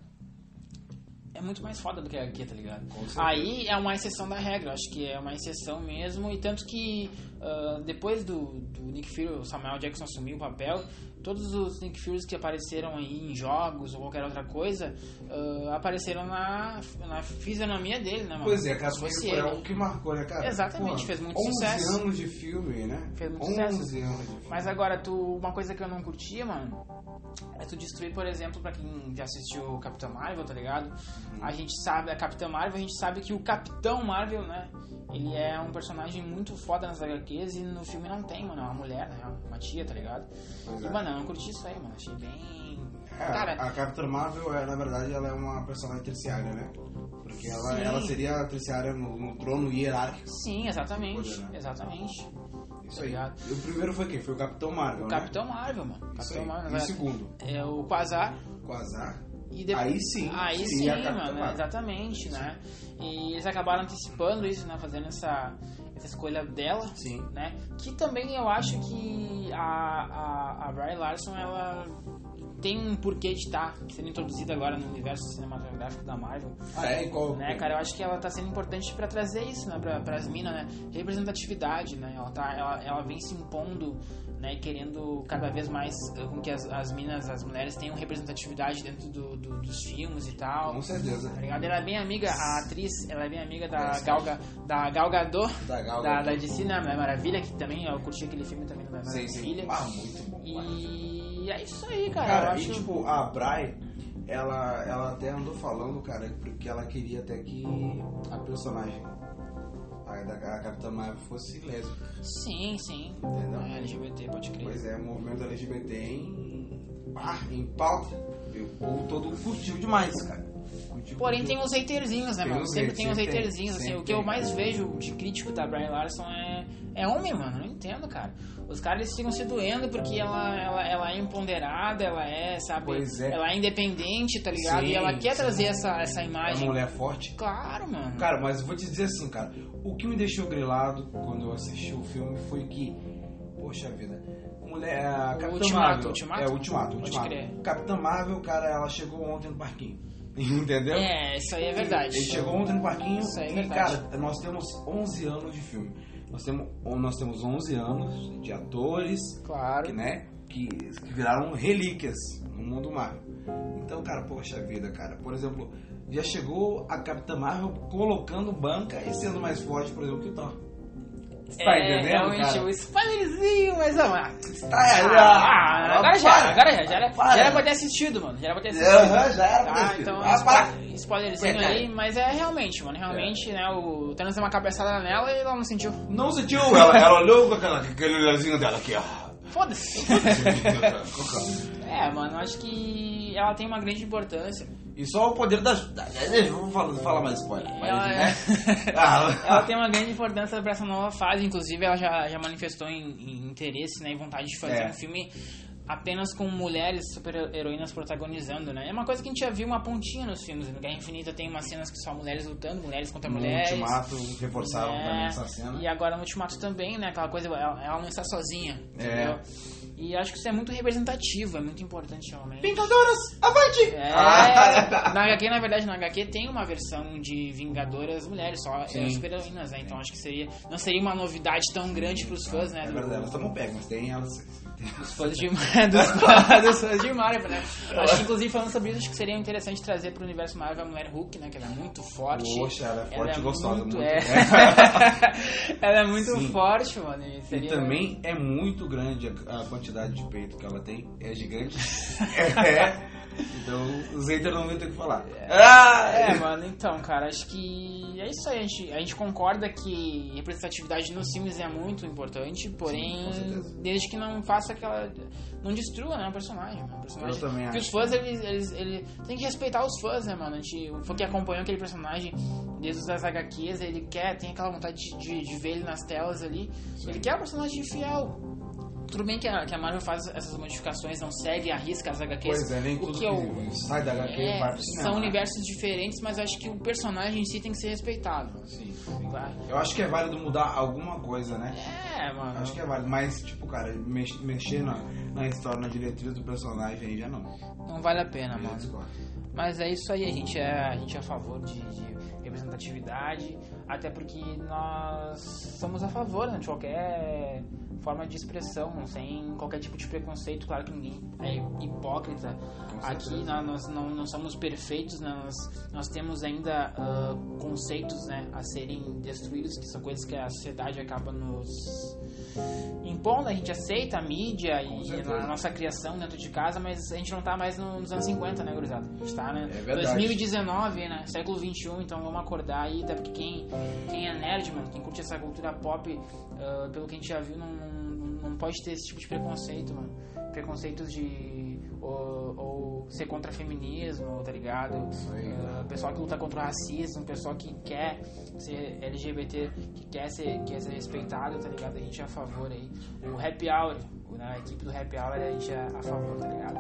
[SPEAKER 1] é muito mais foda do que aqui, tá ligado?
[SPEAKER 2] Com certeza.
[SPEAKER 1] Aí é uma exceção da regra, eu acho que é uma exceção mesmo. E tanto que ah, depois do, do Nick Fury, o Samuel Jackson assumiu o papel, todos os Nick Furies que apareceram aí em jogos ou qualquer outra coisa ah, apareceram na, na fisionomia dele, né, mano?
[SPEAKER 2] Pois é, cara,
[SPEAKER 1] Se
[SPEAKER 2] foi,
[SPEAKER 1] fosse
[SPEAKER 2] foi
[SPEAKER 1] ele.
[SPEAKER 2] algo que marcou, né, cara?
[SPEAKER 1] Exatamente,
[SPEAKER 2] Pô,
[SPEAKER 1] fez muito
[SPEAKER 2] 11
[SPEAKER 1] sucesso.
[SPEAKER 2] anos de filme, né?
[SPEAKER 1] Fez muito
[SPEAKER 2] 11
[SPEAKER 1] sucesso.
[SPEAKER 2] anos de filme.
[SPEAKER 1] Mas agora, tu, uma coisa que eu não curtia, mano, é tu destruir, por exemplo, pra quem já assistiu o Capitão Marvel, tá ligado?
[SPEAKER 2] Uhum.
[SPEAKER 1] A gente sabe, a Capitã Marvel, a gente sabe que o Capitão Marvel, né? Ele é um personagem muito foda nas HQs e no filme não tem, mano. É uma mulher, né? Uma tia, tá ligado?
[SPEAKER 2] Pois
[SPEAKER 1] E,
[SPEAKER 2] é.
[SPEAKER 1] mano, eu não curti isso aí, mano. Achei bem.
[SPEAKER 2] É,
[SPEAKER 1] Cara,
[SPEAKER 2] a Capitã Marvel, é, na verdade, ela é uma personagem terciária, né? Porque ela,
[SPEAKER 1] Sim.
[SPEAKER 2] ela seria a terciária no, no trono hierárquico.
[SPEAKER 1] sim, exatamente.
[SPEAKER 2] Poder, né?
[SPEAKER 1] Exatamente.
[SPEAKER 2] Isso aí.
[SPEAKER 1] Obrigado.
[SPEAKER 2] E o primeiro foi quem? Foi o Capitão Marvel,
[SPEAKER 1] O
[SPEAKER 2] né?
[SPEAKER 1] Capitão Marvel, mano.
[SPEAKER 2] Isso
[SPEAKER 1] Capitão
[SPEAKER 2] aí.
[SPEAKER 1] Marvel,
[SPEAKER 2] E o
[SPEAKER 1] né?
[SPEAKER 2] segundo,
[SPEAKER 1] É o Quasar.
[SPEAKER 2] Quasar.
[SPEAKER 1] E depois,
[SPEAKER 2] Aí sim,
[SPEAKER 1] Aí
[SPEAKER 2] seria
[SPEAKER 1] sim,
[SPEAKER 2] a Capitã
[SPEAKER 1] mano,
[SPEAKER 2] Marvel.
[SPEAKER 1] exatamente, né? E eles acabaram antecipando isso, né? Fazendo essa, essa escolha dela,
[SPEAKER 2] Sim.
[SPEAKER 1] né? Que também eu acho que a, a, a Brie Larson, ela tem um porquê de estar sendo introduzida agora no universo cinematográfico da Marvel,
[SPEAKER 2] Ah, é? E qual?
[SPEAKER 1] né, cara? Eu acho que ela tá sendo importante pra trazer isso, né? Pra, pras minas, né? Representatividade, né? Ela, tá, ela, ela vem se impondo, né? e Querendo cada vez mais eh, com que as, as minas, as mulheres tenham representatividade dentro do, do- dos filmes e tal.
[SPEAKER 2] Com certeza.
[SPEAKER 1] Tá ligado? Ela é bem amiga, a atriz, ela é bem amiga da
[SPEAKER 2] Sim.
[SPEAKER 1] Galga, da Gal Gadot,
[SPEAKER 2] Da Gal
[SPEAKER 1] da,
[SPEAKER 2] Gadot.
[SPEAKER 1] da DC, né? Mulher Maravilha, que também eu curti aquele filme também da Mulher
[SPEAKER 2] Sim,
[SPEAKER 1] Maravilha.
[SPEAKER 2] sim. Ah, muito bom.
[SPEAKER 1] E é isso aí, cara. eu
[SPEAKER 2] Cara,
[SPEAKER 1] acho...
[SPEAKER 2] e tipo, a Brai, ela, ela até andou falando, cara, porque ela queria até que a personagem a, da a Capitã Marvel fosse lésbica,
[SPEAKER 1] Sim, sim.
[SPEAKER 2] entendeu?
[SPEAKER 1] É LGBT, pode crer.
[SPEAKER 2] Pois é, o movimento LGBT em, pá, em pauta. Eu- O todo mundo curtiu demais, cara. Curtiu,
[SPEAKER 1] Porém,
[SPEAKER 2] curtiu.
[SPEAKER 1] tem uns haterzinhos, né,
[SPEAKER 2] Tem
[SPEAKER 1] mano?
[SPEAKER 2] uns
[SPEAKER 1] sempre
[SPEAKER 2] hate-
[SPEAKER 1] tem uns
[SPEAKER 2] sempre tem,
[SPEAKER 1] haterzinhos, assim.
[SPEAKER 2] sempre
[SPEAKER 1] O que eu
[SPEAKER 2] tem.
[SPEAKER 1] mais vejo de crítico da Brian Larson é, é homem, mano. Não entendo, cara. Os caras eles ficam se doendo porque ela, ela, ela é empoderada, ela é, sabe?
[SPEAKER 2] Pois é.
[SPEAKER 1] Ela é independente, tá ligado?
[SPEAKER 2] Sim,
[SPEAKER 1] e ela quer
[SPEAKER 2] sim.
[SPEAKER 1] trazer essa, essa
[SPEAKER 2] É uma
[SPEAKER 1] imagem.
[SPEAKER 2] mulher forte.
[SPEAKER 1] Claro, mano.
[SPEAKER 2] Cara, mas eu vou te dizer assim, cara. O que me deixou grilado quando eu assisti o filme foi que, poxa vida, mulher. a Capitã
[SPEAKER 1] Ultimato,
[SPEAKER 2] Marvel,
[SPEAKER 1] Ultimato?
[SPEAKER 2] É, Ultimato,
[SPEAKER 1] Pode
[SPEAKER 2] Ultimato.
[SPEAKER 1] crer.
[SPEAKER 2] Capitã Marvel, cara, ela chegou ontem no parquinho. Entendeu?
[SPEAKER 1] É, isso aí é verdade.
[SPEAKER 2] Ele chegou um ontem no parquinho
[SPEAKER 1] Isso é
[SPEAKER 2] e,
[SPEAKER 1] verdade.
[SPEAKER 2] cara, nós temos 11 anos de filme. Nós temos, nós temos 11 anos de atores que,
[SPEAKER 1] Claro.
[SPEAKER 2] né, que, que viraram relíquias no mundo Marvel. Então, cara, poxa vida, cara. Por exemplo, já chegou a Capitã Marvel colocando banca e sendo mais forte, por exemplo, que o Thor. Está entendendo,
[SPEAKER 1] É, realmente
[SPEAKER 2] cara?
[SPEAKER 1] o um spoilerzinho, mas não, ah,
[SPEAKER 2] Está
[SPEAKER 1] ah, agora já,
[SPEAKER 2] para,
[SPEAKER 1] agora já, já era,
[SPEAKER 2] para.
[SPEAKER 1] já era pra ter assistido, mano, já era pra ter assistido.
[SPEAKER 2] Aham, já era pra ter
[SPEAKER 1] Tá,
[SPEAKER 2] assistido.
[SPEAKER 1] então,
[SPEAKER 2] Ah, para.
[SPEAKER 1] spo- spoilerzinho
[SPEAKER 2] Coitado.
[SPEAKER 1] aí, mas é realmente, mano,
[SPEAKER 2] É.
[SPEAKER 1] realmente, né, o Thanos deu uma cabeçada nela e ela não sentiu.
[SPEAKER 2] Não sentiu, ela, ela olhou com aquela, com aquele olhazinho dela aqui, ó.
[SPEAKER 1] Foda-se. é, mano, acho que ela tem uma grande importância.
[SPEAKER 2] E só o poder das. da- Vamos falar, falar mais spoiler. mas,
[SPEAKER 1] Ela é-
[SPEAKER 2] né?
[SPEAKER 1] Ela
[SPEAKER 2] Ah,
[SPEAKER 1] tem uma grande importância pra essa nova fase, inclusive ela já, já manifestou em, em interesse né, e vontade de fazer
[SPEAKER 2] É.
[SPEAKER 1] um filme apenas com mulheres super-heroínas protagonizando, né? É uma coisa que a gente já viu uma pontinha nos filmes. No Guerra Infinita tem umas cenas que só mulheres lutando, mulheres contra
[SPEAKER 2] no
[SPEAKER 1] mulheres.
[SPEAKER 2] ultimato, reforçaram
[SPEAKER 1] né?
[SPEAKER 2] também essa cena.
[SPEAKER 1] E agora no Ultimato também, né? Aquela coisa, ela, ela não está sozinha,
[SPEAKER 2] É.
[SPEAKER 1] entendeu? E acho que isso é muito representativo, é muito importante realmente.
[SPEAKER 2] Vingadoras, avante!
[SPEAKER 1] É,
[SPEAKER 2] Ah,
[SPEAKER 1] na HQ, na verdade, na HQ tem uma versão de Vingadoras mulheres, só
[SPEAKER 2] Sim.
[SPEAKER 1] é, super heroínas, né? Então acho que seria, não seria uma novidade tão grande pros fãs, né?
[SPEAKER 2] É
[SPEAKER 1] do-
[SPEAKER 2] verdade, elas tomam pega, mas tem elas.
[SPEAKER 1] dos fãs de, dos, fãs- dos fãs de Marvel, né? Acho que, inclusive, falando sobre isso, acho que seria interessante trazer pro universo Marvel a mulher Hulk, né? Que ela é muito forte.
[SPEAKER 2] Poxa, ela é forte
[SPEAKER 1] é
[SPEAKER 2] e gostosa.
[SPEAKER 1] Muito,
[SPEAKER 2] muito. né?
[SPEAKER 1] é. ela é muito
[SPEAKER 2] Sim.
[SPEAKER 1] forte, mano. e seria-
[SPEAKER 2] E também é muito grande a, a quantidade de peito que ela tem. É gigante. é. Então, o Zater não vai ter o que falar. Ah,
[SPEAKER 1] É, mano, então, cara, acho que é isso aí. A gente, a gente concorda que representatividade nos filmes é muito importante, porém,
[SPEAKER 2] com certeza.
[SPEAKER 1] desde que não faça aquela. Não destrua, né, o personagem. Né, o
[SPEAKER 2] Eu
[SPEAKER 1] personagem.
[SPEAKER 2] também
[SPEAKER 1] Porque os
[SPEAKER 2] acho. né?
[SPEAKER 1] fãs, eles, eles, eles. Tem que respeitar os fãs, né, mano? A gente, o fã que acompanhou aquele personagem desde os das HQs, ele quer, tem aquela vontade de, de, de ver ele nas telas ali. Ele quer um personagem fiel. Tudo bem que a, que a Marvel faz essas modificações, não segue a risca as HQs.
[SPEAKER 2] Pois é, nem
[SPEAKER 1] o
[SPEAKER 2] tudo
[SPEAKER 1] que
[SPEAKER 2] que,
[SPEAKER 1] eu-
[SPEAKER 2] sai da HQ
[SPEAKER 1] É,
[SPEAKER 2] vai pro cinema.
[SPEAKER 1] são universos diferentes, mas acho que o personagem em si tem que ser respeitado.
[SPEAKER 2] Sim, sim.
[SPEAKER 1] Claro.
[SPEAKER 2] Eu acho que é válido mudar alguma coisa, né?
[SPEAKER 1] É, mano.
[SPEAKER 2] Acho que é válido, mas, tipo, cara, mex- mexer na, na história, na diretriz do personagem aí já não.
[SPEAKER 1] Não vale a pena,
[SPEAKER 2] Eu
[SPEAKER 1] mano.
[SPEAKER 2] discordo.
[SPEAKER 1] Mas é isso aí, a gente é, a, gente é a favor de, de representatividade, até porque nós somos a favor né, de qualquer forma de expressão, sem qualquer tipo de preconceito. Claro que ninguém é hipócrita.
[SPEAKER 2] Com
[SPEAKER 1] Aqui
[SPEAKER 2] certeza.
[SPEAKER 1] né, nós não, não somos perfeitos, né, nós, nós temos ainda ah, conceitos né, a serem destruídos, que são coisas que a sociedade acaba nos impondo. A gente aceita a mídia
[SPEAKER 2] Com
[SPEAKER 1] e
[SPEAKER 2] certeza.
[SPEAKER 1] a nossa criação dentro de casa, mas a gente não tá mais no- nos anos 50, né, gurizada? A gente tá, né?
[SPEAKER 2] É verdade.
[SPEAKER 1] 2019, né? Século 21, então vamos acordar aí, até porque quem, quem é nerd, mano, quem curte essa cultura pop, ah, pelo que a gente já viu, não, não não pode ter esse tipo de preconceito, mano. Preconceitos de. Ou, ou ser contra feminismo, tá ligado?
[SPEAKER 2] Isso aí,
[SPEAKER 1] Ah, pessoal que luta contra o racismo, pessoal que quer ser LGBT, que quer ser, quer ser respeitado, tá ligado? A gente é a favor aí. O happy hour, né? a equipe do happy hour, a gente é a favor, tá ligado?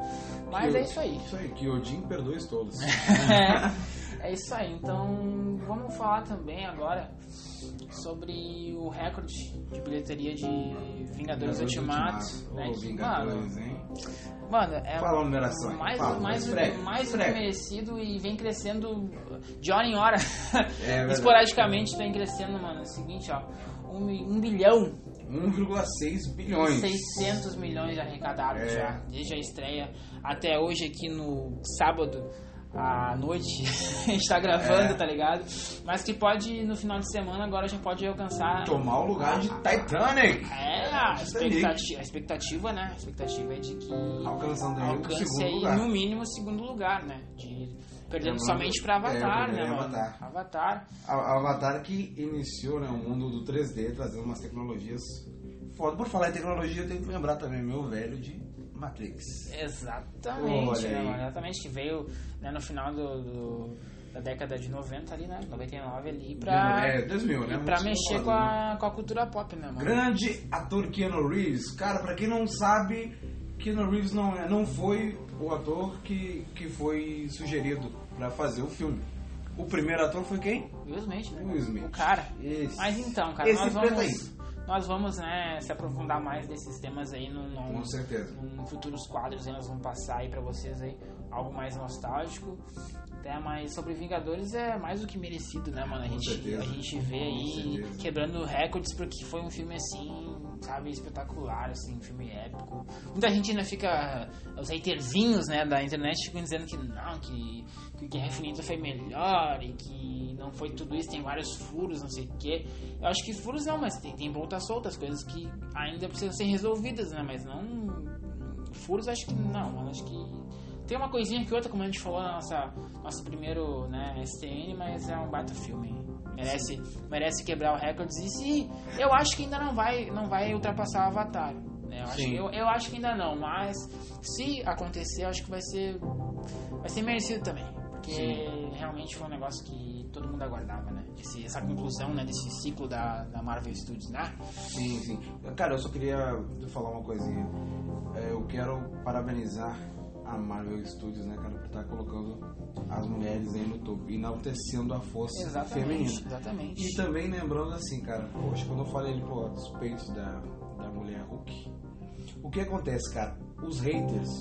[SPEAKER 1] Mas
[SPEAKER 2] Que
[SPEAKER 1] é
[SPEAKER 2] o-
[SPEAKER 1] isso aí.
[SPEAKER 2] Isso aí, que Odin perdoe os tolos.
[SPEAKER 1] é isso aí. Então, vamos falar também agora sobre o recorde de bilheteria de Vingadores Ultimato. né,
[SPEAKER 2] Ô,
[SPEAKER 1] que,
[SPEAKER 2] Vingadores, hein?
[SPEAKER 1] mano, mano, é
[SPEAKER 2] Fala a numeração aí,
[SPEAKER 1] mais,
[SPEAKER 2] fala,
[SPEAKER 1] mais,
[SPEAKER 2] esfrega,
[SPEAKER 1] mais do que
[SPEAKER 2] esfrega.
[SPEAKER 1] merecido e vem crescendo de hora em hora.
[SPEAKER 2] É verdade.
[SPEAKER 1] Esporadicamente vem crescendo, mano. É o seguinte, ó. Um, mi- um bilhão
[SPEAKER 2] 1,6 bilhões.
[SPEAKER 1] 600 milhões arrecadados
[SPEAKER 2] É.
[SPEAKER 1] já, desde a estreia até hoje aqui no sábado à noite. a gente tá gravando,
[SPEAKER 2] É.
[SPEAKER 1] tá ligado? Mas que pode, no final de semana, agora já pode alcançar.
[SPEAKER 2] Tomar o lugar de Titanic.
[SPEAKER 1] É, a
[SPEAKER 2] Titanic.
[SPEAKER 1] expectativa, a expectativa, né? A expectativa é de que
[SPEAKER 2] Alcançando aí o
[SPEAKER 1] alcance
[SPEAKER 2] segundo
[SPEAKER 1] aí,
[SPEAKER 2] lugar.
[SPEAKER 1] no mínimo, o segundo lugar, né? De- perdendo
[SPEAKER 2] Lembrando-
[SPEAKER 1] somente pra Avatar,
[SPEAKER 2] é,
[SPEAKER 1] né, mano?
[SPEAKER 2] Avatar.
[SPEAKER 1] Avatar.
[SPEAKER 2] A- a Avatar que iniciou né, o mundo do 3D, trazendo umas tecnologias. Foda, por falar em tecnologia, eu tenho que lembrar também meu velho de Matrix.
[SPEAKER 1] Exatamente,
[SPEAKER 2] Olha
[SPEAKER 1] né,
[SPEAKER 2] aí.
[SPEAKER 1] mano? Exatamente, que veio né, no final do, do- da década de 90 ali, né? 99 ali, pra,
[SPEAKER 2] É, 2000, né?
[SPEAKER 1] e pra
[SPEAKER 2] Muito
[SPEAKER 1] mexer
[SPEAKER 2] foda,
[SPEAKER 1] com
[SPEAKER 2] né?
[SPEAKER 1] a, com a cultura pop, né, mano?
[SPEAKER 2] Grande ator Keanu Reeves. Cara, pra quem não sabe, Keanu Reeves não, é- não foi o ator que, que foi sugerido pra fazer o filme. O primeiro ator foi quem?
[SPEAKER 1] Will Smith, né?
[SPEAKER 2] Will Smith.
[SPEAKER 1] O cara.
[SPEAKER 2] Esse.
[SPEAKER 1] Mas então, cara,
[SPEAKER 2] Esse
[SPEAKER 1] nós
[SPEAKER 2] preto
[SPEAKER 1] vamos... Nós vamos, né, se aprofundar mais desses temas aí num, num,
[SPEAKER 2] Com certeza.
[SPEAKER 1] num futuros quadros aí nós vamos passar aí pra vocês aí algo mais nostálgico. Até mais sobre Vingadores é mais do que merecido, né, mano? A gente,
[SPEAKER 2] certeza.
[SPEAKER 1] a gente vê
[SPEAKER 2] Com
[SPEAKER 1] aí
[SPEAKER 2] certeza.
[SPEAKER 1] quebrando recordes porque foi um filme assim sabe, espetacular, assim, filme épico. Muita gente ainda fica, os haterzinhos, né, da internet ficam dizendo que não, que, que Guerra Infinita foi melhor e que não foi tudo isso, tem vários furos, não sei o quê. Eu acho que furos não, mas tem, tem ponta solta, as coisas que ainda precisam ser resolvidas, né, mas não... Furos acho que não, acho que tem uma coisinha que outra, como a gente falou na nossa nosso primeiro né, STN, mas é um baita filme. Merece, merece quebrar o recorde. E se, eu acho que ainda não vai, não vai ultrapassar o Avatar. né? Eu acho,
[SPEAKER 2] Sim.
[SPEAKER 1] eu, eu acho que ainda não, mas se acontecer, eu acho que vai ser, vai ser merecido também. Porque realmente foi um negócio que todo mundo aguardava, né? Esse- essa conclusão né, desse ciclo da, da Marvel Studios, né?
[SPEAKER 2] Sim, sim. Cara, eu só queria falar uma coisinha. É, Eu quero parabenizar a Marvel Studios, né, cara, por estar colocando as mulheres aí no topo, enaltecendo a força feminina.
[SPEAKER 1] Exatamente, exatamente.
[SPEAKER 2] E também lembrando assim, cara, poxa, quando eu falei ali, pô, dos peitos da, da mulher Hulk, o que acontece, cara? Os haters,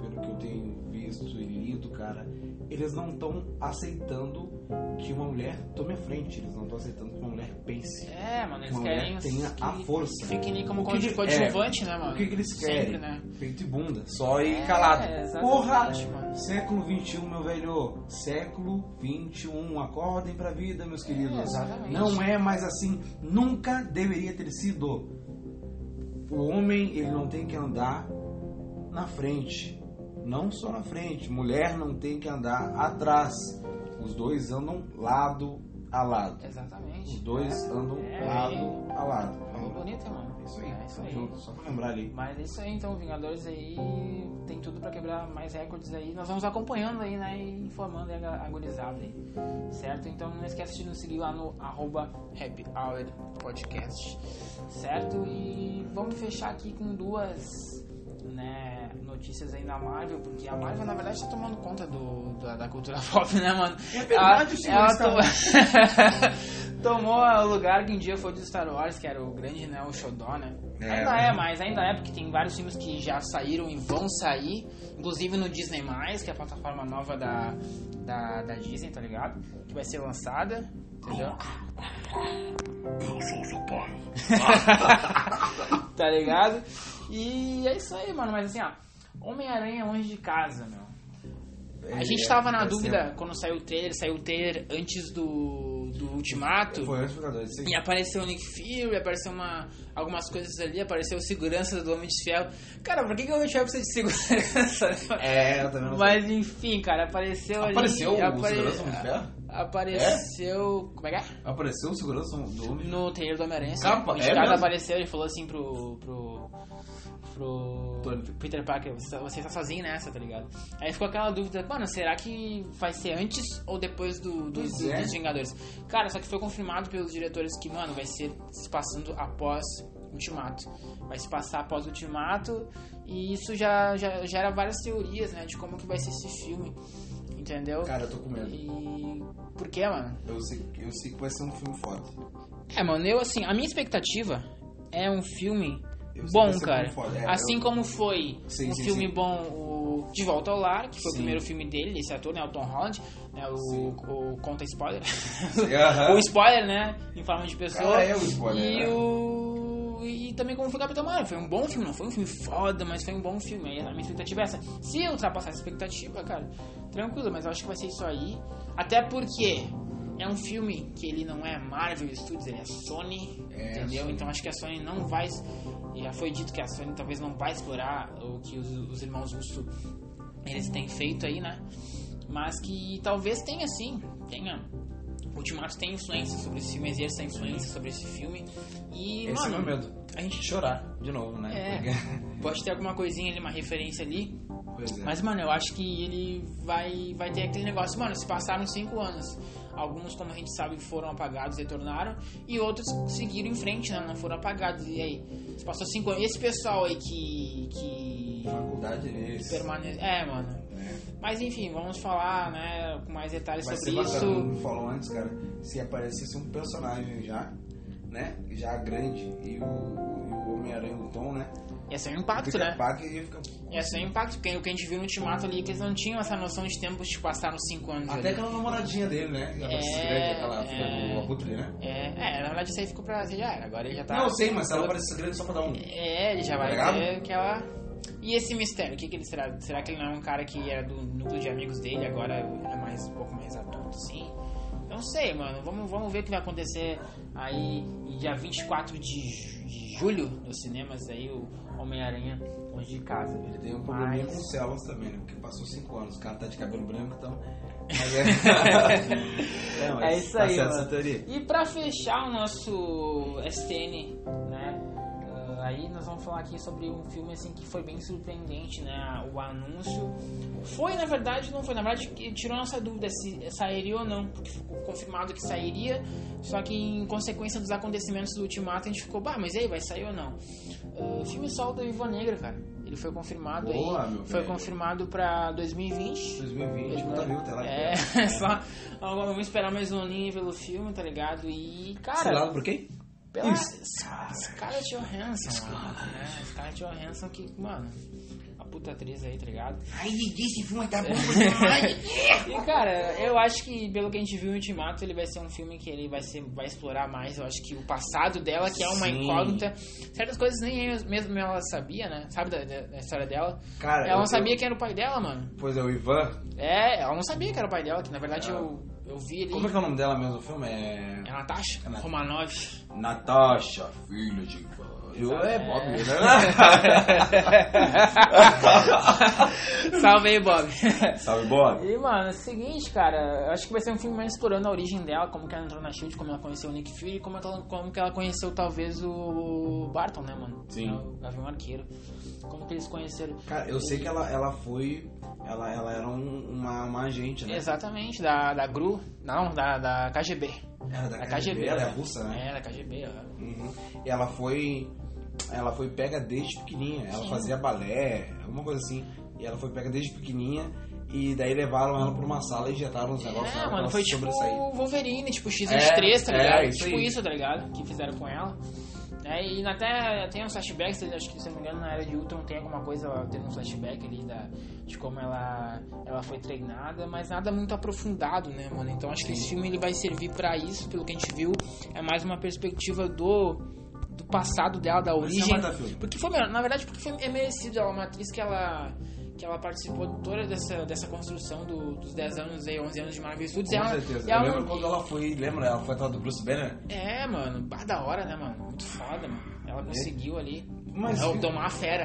[SPEAKER 2] pelo que eu tenho visto e lido, cara, eles não estão aceitando que uma mulher tome a frente, eles não estão aceitando que uma mulher pense.
[SPEAKER 1] É, mano, eles
[SPEAKER 2] Uma mulher
[SPEAKER 1] querem
[SPEAKER 2] tenha
[SPEAKER 1] que,
[SPEAKER 2] a força.
[SPEAKER 1] Fiquem ali como
[SPEAKER 2] O que que-
[SPEAKER 1] coadjuvante, né,
[SPEAKER 2] O
[SPEAKER 1] mano?
[SPEAKER 2] que, que eles querem?
[SPEAKER 1] Sempre, né?
[SPEAKER 2] Peito e bunda, só e
[SPEAKER 1] É,
[SPEAKER 2] calado.
[SPEAKER 1] exatamente,
[SPEAKER 2] Porra!
[SPEAKER 1] mano.
[SPEAKER 2] Século XXI, meu velho. Século XXI. Acordem pra vida, meus
[SPEAKER 1] É,
[SPEAKER 2] queridos.
[SPEAKER 1] exatamente.
[SPEAKER 2] Não é mais assim. Nunca deveria ter sido. O homem, ele não tem que andar na frente. Não só na frente. Mulher não tem que andar atrás. Os dois andam lado a lado.
[SPEAKER 1] Exatamente.
[SPEAKER 2] Os dois andam
[SPEAKER 1] É,
[SPEAKER 2] lado a
[SPEAKER 1] Falou
[SPEAKER 2] lado.
[SPEAKER 1] bonito, mano.
[SPEAKER 2] Hum. É isso aí.
[SPEAKER 1] É isso
[SPEAKER 2] Tamo
[SPEAKER 1] aí.
[SPEAKER 2] junto. Só pra lembrar ali.
[SPEAKER 1] Mas é isso aí, então, Vingadores aí tem tudo pra quebrar mais recordes aí. Nós vamos acompanhando aí, né, e informando aí a a gurizada aí. Certo? Então não esquece de nos seguir lá no arroba Happy Hour Podcast. Certo? E vamos fechar aqui com duas né, notícias aí da Marvel, porque a Marvel, na verdade, tá tomando conta do, da, da cultura pop, né, mano?
[SPEAKER 2] É verdade,
[SPEAKER 1] Ela-
[SPEAKER 2] o tá senhor
[SPEAKER 1] ela
[SPEAKER 2] está-
[SPEAKER 1] to- Tomou o lugar que um dia foi do Star Wars, que era o grande, né? O Xodó, né?
[SPEAKER 2] É.
[SPEAKER 1] Ainda é, mas ainda é, porque tem vários filmes que já saíram e vão sair, inclusive no Disney, que é a plataforma nova da, da, da Disney, tá ligado? Que vai ser lançada, entendeu? tá ligado? E é isso aí, mano. Mas assim, ó, Homem-Aranha longe de casa, meu.
[SPEAKER 2] É,
[SPEAKER 1] A gente tava na
[SPEAKER 2] Vai ser-
[SPEAKER 1] dúvida quando saiu o trailer, saiu o trailer antes do, do Ultimato.
[SPEAKER 2] Foi antes do jogador, isso aí.
[SPEAKER 1] E apareceu o Nick Fury, apareceu uma, algumas coisas ali, apareceu segurança do Homem de Ferro. Cara, por que, que o Homem de Ferro precisa de segurança?
[SPEAKER 2] É, eu também não sei.
[SPEAKER 1] Mas enfim, cara, apareceu,
[SPEAKER 2] Apareceu
[SPEAKER 1] ali.
[SPEAKER 2] o
[SPEAKER 1] apare- Ah.
[SPEAKER 2] segurança do Homem de Ferro?
[SPEAKER 1] Apareceu. Como é que é?
[SPEAKER 2] Apareceu o segurança do homem?
[SPEAKER 1] No trailer do Homem-Aranha.
[SPEAKER 2] Capa,
[SPEAKER 1] o
[SPEAKER 2] é
[SPEAKER 1] Chicago
[SPEAKER 2] mesmo?
[SPEAKER 1] apareceu e falou assim pro. pro. pro.
[SPEAKER 2] Tony.
[SPEAKER 1] Peter Parker, você, você tá sozinho nessa, tá ligado? Aí ficou aquela dúvida, mano, será que vai ser antes ou depois do, do-
[SPEAKER 2] Pois
[SPEAKER 1] do-
[SPEAKER 2] é.
[SPEAKER 1] dos Vingadores? Cara, só que foi confirmado pelos diretores que, mano, vai ser se passando após Ultimato. Vai se passar após Ultimato e isso já, já gera várias teorias, né, de como que vai ser esse filme. Entendeu?
[SPEAKER 2] Cara, eu tô com medo.
[SPEAKER 1] E. Por quê, mano?
[SPEAKER 2] Eu sei, eu sei que vai ser um filme foda.
[SPEAKER 1] É, mano, eu assim, a minha expectativa é um filme
[SPEAKER 2] Eu sei
[SPEAKER 1] bom,
[SPEAKER 2] que vai ser
[SPEAKER 1] cara.
[SPEAKER 2] muito foda, é,
[SPEAKER 1] assim
[SPEAKER 2] eu-
[SPEAKER 1] como foi
[SPEAKER 2] Sim,
[SPEAKER 1] um
[SPEAKER 2] sim,
[SPEAKER 1] filme
[SPEAKER 2] sim.
[SPEAKER 1] bom o De Volta ao Lar, que foi o
[SPEAKER 2] Sim.
[SPEAKER 1] primeiro filme dele, desse ator, né, o Tom Holland, né, o,
[SPEAKER 2] Sim.
[SPEAKER 1] o Conta Spoiler.
[SPEAKER 2] Aham.
[SPEAKER 1] o Spoiler, né, em forma de pessoa.
[SPEAKER 2] Cara, é o spoiler.
[SPEAKER 1] E
[SPEAKER 2] né?
[SPEAKER 1] o. E também como foi Capitão Marvel. Foi um bom filme, não foi um filme foda, mas foi um bom filme. Aí A minha expectativa é essa. Se eu ultrapassar essa expectativa, cara, tranquilo, mas eu acho que vai ser isso aí. Até porque é um filme que ele não é Marvel Studios, ele é Sony.
[SPEAKER 2] É,
[SPEAKER 1] entendeu?
[SPEAKER 2] Sony.
[SPEAKER 1] Então acho que a Sony não vai. e Já foi dito que a Sony talvez não vai explorar o que os, os irmãos Russo eles têm feito aí, né? Mas que talvez tenha sim, tenha. Ultimato tem influência sobre esse filme, exerce a influência sobre esse filme. E,
[SPEAKER 2] Esse é o
[SPEAKER 1] mano,
[SPEAKER 2] meu medo.
[SPEAKER 1] a gente
[SPEAKER 2] Chorar de novo, né?
[SPEAKER 1] É. pode ter alguma coisinha ali, uma referência ali.
[SPEAKER 2] Pois é.
[SPEAKER 1] Mas, mano, eu acho que ele vai, vai ter aquele negócio. Mano, se passaram cinco anos. Alguns, como a gente sabe, foram apagados, retornaram. E outros seguiram em frente, né? Não foram apagados. E aí, se passou cinco anos. Esse pessoal aí que. que.
[SPEAKER 2] Faculdade eles.
[SPEAKER 1] permanece. É, mano.
[SPEAKER 2] né?
[SPEAKER 1] Mas enfim, vamos falar, né, com mais detalhes
[SPEAKER 2] Vai ser
[SPEAKER 1] sobre
[SPEAKER 2] bacana, como
[SPEAKER 1] isso.
[SPEAKER 2] me falou antes, cara. Se aparecesse um personagem já, né? Já grande e o, e o Homem-Aranha, o Tom, né?
[SPEAKER 1] Ia ser um impacto,
[SPEAKER 2] Fica
[SPEAKER 1] né?
[SPEAKER 2] pago e fica-
[SPEAKER 1] Ia ser um impacto, porque o que a gente viu no Ultimato ali, é que eles não tinham essa noção de tempo de passar nos 5 anos.
[SPEAKER 2] Até
[SPEAKER 1] ali.
[SPEAKER 2] aquela namoradinha dele, né? Aquela
[SPEAKER 1] É,
[SPEAKER 2] Scred, aquela filha
[SPEAKER 1] é.
[SPEAKER 2] do Abutre, né?
[SPEAKER 1] É, é, na verdade isso aí ficou pra já era. Agora ele já tá.
[SPEAKER 2] Não, eu sei, mas ela parece grande só pra dar um.
[SPEAKER 1] É, ele já
[SPEAKER 2] Tá
[SPEAKER 1] vai
[SPEAKER 2] ligado?
[SPEAKER 1] ver que ela. E esse mistério, o que, que ele será? Será que ele não é um cara que era do núcleo de amigos dele, agora é mais, um pouco mais adulto, assim? Não sei, mano. Vamos, vamos ver o que vai acontecer aí em dia 24 de, ju- de julho nos cinemas aí, o Homem-Aranha longe de casa.
[SPEAKER 2] Ele tem um probleminha
[SPEAKER 1] Mas-
[SPEAKER 2] com células também, né? Porque passou 5 anos, o cara tá de cabelo branco e tal. Mas é. É, mas
[SPEAKER 1] É isso
[SPEAKER 2] tá
[SPEAKER 1] aí,
[SPEAKER 2] certo
[SPEAKER 1] mano.
[SPEAKER 2] essa teoria.
[SPEAKER 1] E pra fechar o nosso STN, né? ah, aí nós vamos falar aqui sobre um filme assim que foi bem surpreendente, né? O anúncio foi, na verdade, não foi, na verdade, que tirou nossa dúvida se sairia ou não, porque ficou confirmado que sairia, só que em consequência dos acontecimentos do Ultimato a gente ficou, bah, mas e aí vai sair ou não? Ah, O filme Sol do Viva Negra, cara. Ele foi confirmado
[SPEAKER 2] Boa,
[SPEAKER 1] aí,
[SPEAKER 2] meu
[SPEAKER 1] foi
[SPEAKER 2] velho.
[SPEAKER 1] confirmado pra 2020.
[SPEAKER 2] 2020, puta viu, até lá.
[SPEAKER 1] É, só agora vamos esperar mais um aninho pelo filme, tá ligado? E,
[SPEAKER 2] Sei
[SPEAKER 1] cara,
[SPEAKER 2] lá, por quê?
[SPEAKER 1] pela
[SPEAKER 2] Isso.
[SPEAKER 1] Scarlett Johansson, mano, né? Scarlett Johansson que, mano, a puta atriz aí, tá ligado?
[SPEAKER 2] Ai, esse filme tá bom
[SPEAKER 1] é.
[SPEAKER 2] demais.
[SPEAKER 1] E, cara, eu acho que, pelo que a gente viu em Ultimato, ele vai ser um filme que ele vai, ser, vai explorar mais, eu acho que o passado dela, que é uma
[SPEAKER 2] Sim.
[SPEAKER 1] incógnita. Certas coisas nem eu- mesmo ela sabia, né? Sabe da, da- da história dela?
[SPEAKER 2] Cara,
[SPEAKER 1] Ela
[SPEAKER 2] eu-
[SPEAKER 1] não sabia quem era o pai dela, mano.
[SPEAKER 2] Pois é, o Ivan.
[SPEAKER 1] É, ela não sabia que era o pai dela, que na verdade
[SPEAKER 2] Ah.
[SPEAKER 1] eu, eu vi ele...
[SPEAKER 2] Como é que é o nome dela mesmo? O filme é.
[SPEAKER 1] É Natasha?
[SPEAKER 2] É Natasha.
[SPEAKER 1] Romanov.
[SPEAKER 2] Natasha, filha de Ivan. Eu é
[SPEAKER 1] É.
[SPEAKER 2] Bob, né?
[SPEAKER 1] Salve aí, Bob.
[SPEAKER 2] Salve, Bob.
[SPEAKER 1] E, mano, é o seguinte, cara, eu acho que vai ser um filme mais explorando a origem dela, como que ela entrou na Shield, como ela conheceu o Nick Fury, como, ela, como que ela conheceu talvez o Barton, né, mano?
[SPEAKER 2] Sim.
[SPEAKER 1] O Gavião Arqueiro. Como que eles conheceram.
[SPEAKER 2] Cara, eu sei que é ela, ela foi. Ela, ela era um- uma, uma agente, né?
[SPEAKER 1] Exatamente, da, da GRU, não, da, da KGB.
[SPEAKER 2] Era da
[SPEAKER 1] Da
[SPEAKER 2] KGB,
[SPEAKER 1] KGB,
[SPEAKER 2] ela é
[SPEAKER 1] né?
[SPEAKER 2] russa, né?
[SPEAKER 1] É, da KGB, ó.
[SPEAKER 2] Uhum. E ela foi. Ela foi pega desde pequenininha. Ela
[SPEAKER 1] Sim.
[SPEAKER 2] fazia balé, alguma coisa assim. E ela foi pega desde pequenininha. E daí levaram ela pra uma sala e injetaram os negócios.
[SPEAKER 1] É,
[SPEAKER 2] nela pra
[SPEAKER 1] mano,
[SPEAKER 2] ela
[SPEAKER 1] foi
[SPEAKER 2] se
[SPEAKER 1] tipo
[SPEAKER 2] sobressair.
[SPEAKER 1] o Wolverine, tipo
[SPEAKER 2] É,
[SPEAKER 1] X23, tá ligado?
[SPEAKER 2] é, isso
[SPEAKER 1] tipo
[SPEAKER 2] aí.
[SPEAKER 1] isso, tá ligado? Que fizeram com ela. É, e até tem uns flashbacks, acho que se eu não me engano, na era de Ultron tem alguma coisa, ela teve um flashback ali da, de como ela, ela foi treinada, mas nada muito aprofundado, né, mano? Então acho que esse filme ele vai servir pra isso, pelo que a gente viu, é mais uma perspectiva do, do passado dela, da
[SPEAKER 2] Vai ser um
[SPEAKER 1] origem.
[SPEAKER 2] baita filme.
[SPEAKER 1] Porque foi, na verdade, porque foi, é merecido. Ela é uma atriz que ela, que ela participou de toda dessa, dessa construção do- dos 10 anos e 11 anos de Marvel Studios.
[SPEAKER 2] Com
[SPEAKER 1] ela, é um
[SPEAKER 2] certeza.
[SPEAKER 1] e
[SPEAKER 2] Eu
[SPEAKER 1] ela
[SPEAKER 2] lembro
[SPEAKER 1] não-
[SPEAKER 2] quando ela foi. Lembra? Ela foi atrás do Bruce Banner?
[SPEAKER 1] É, mano, bar da hora, né, mano? Muito foda, mano. Ela conseguiu ali.
[SPEAKER 2] É. Mas-
[SPEAKER 1] Ela domar a fera.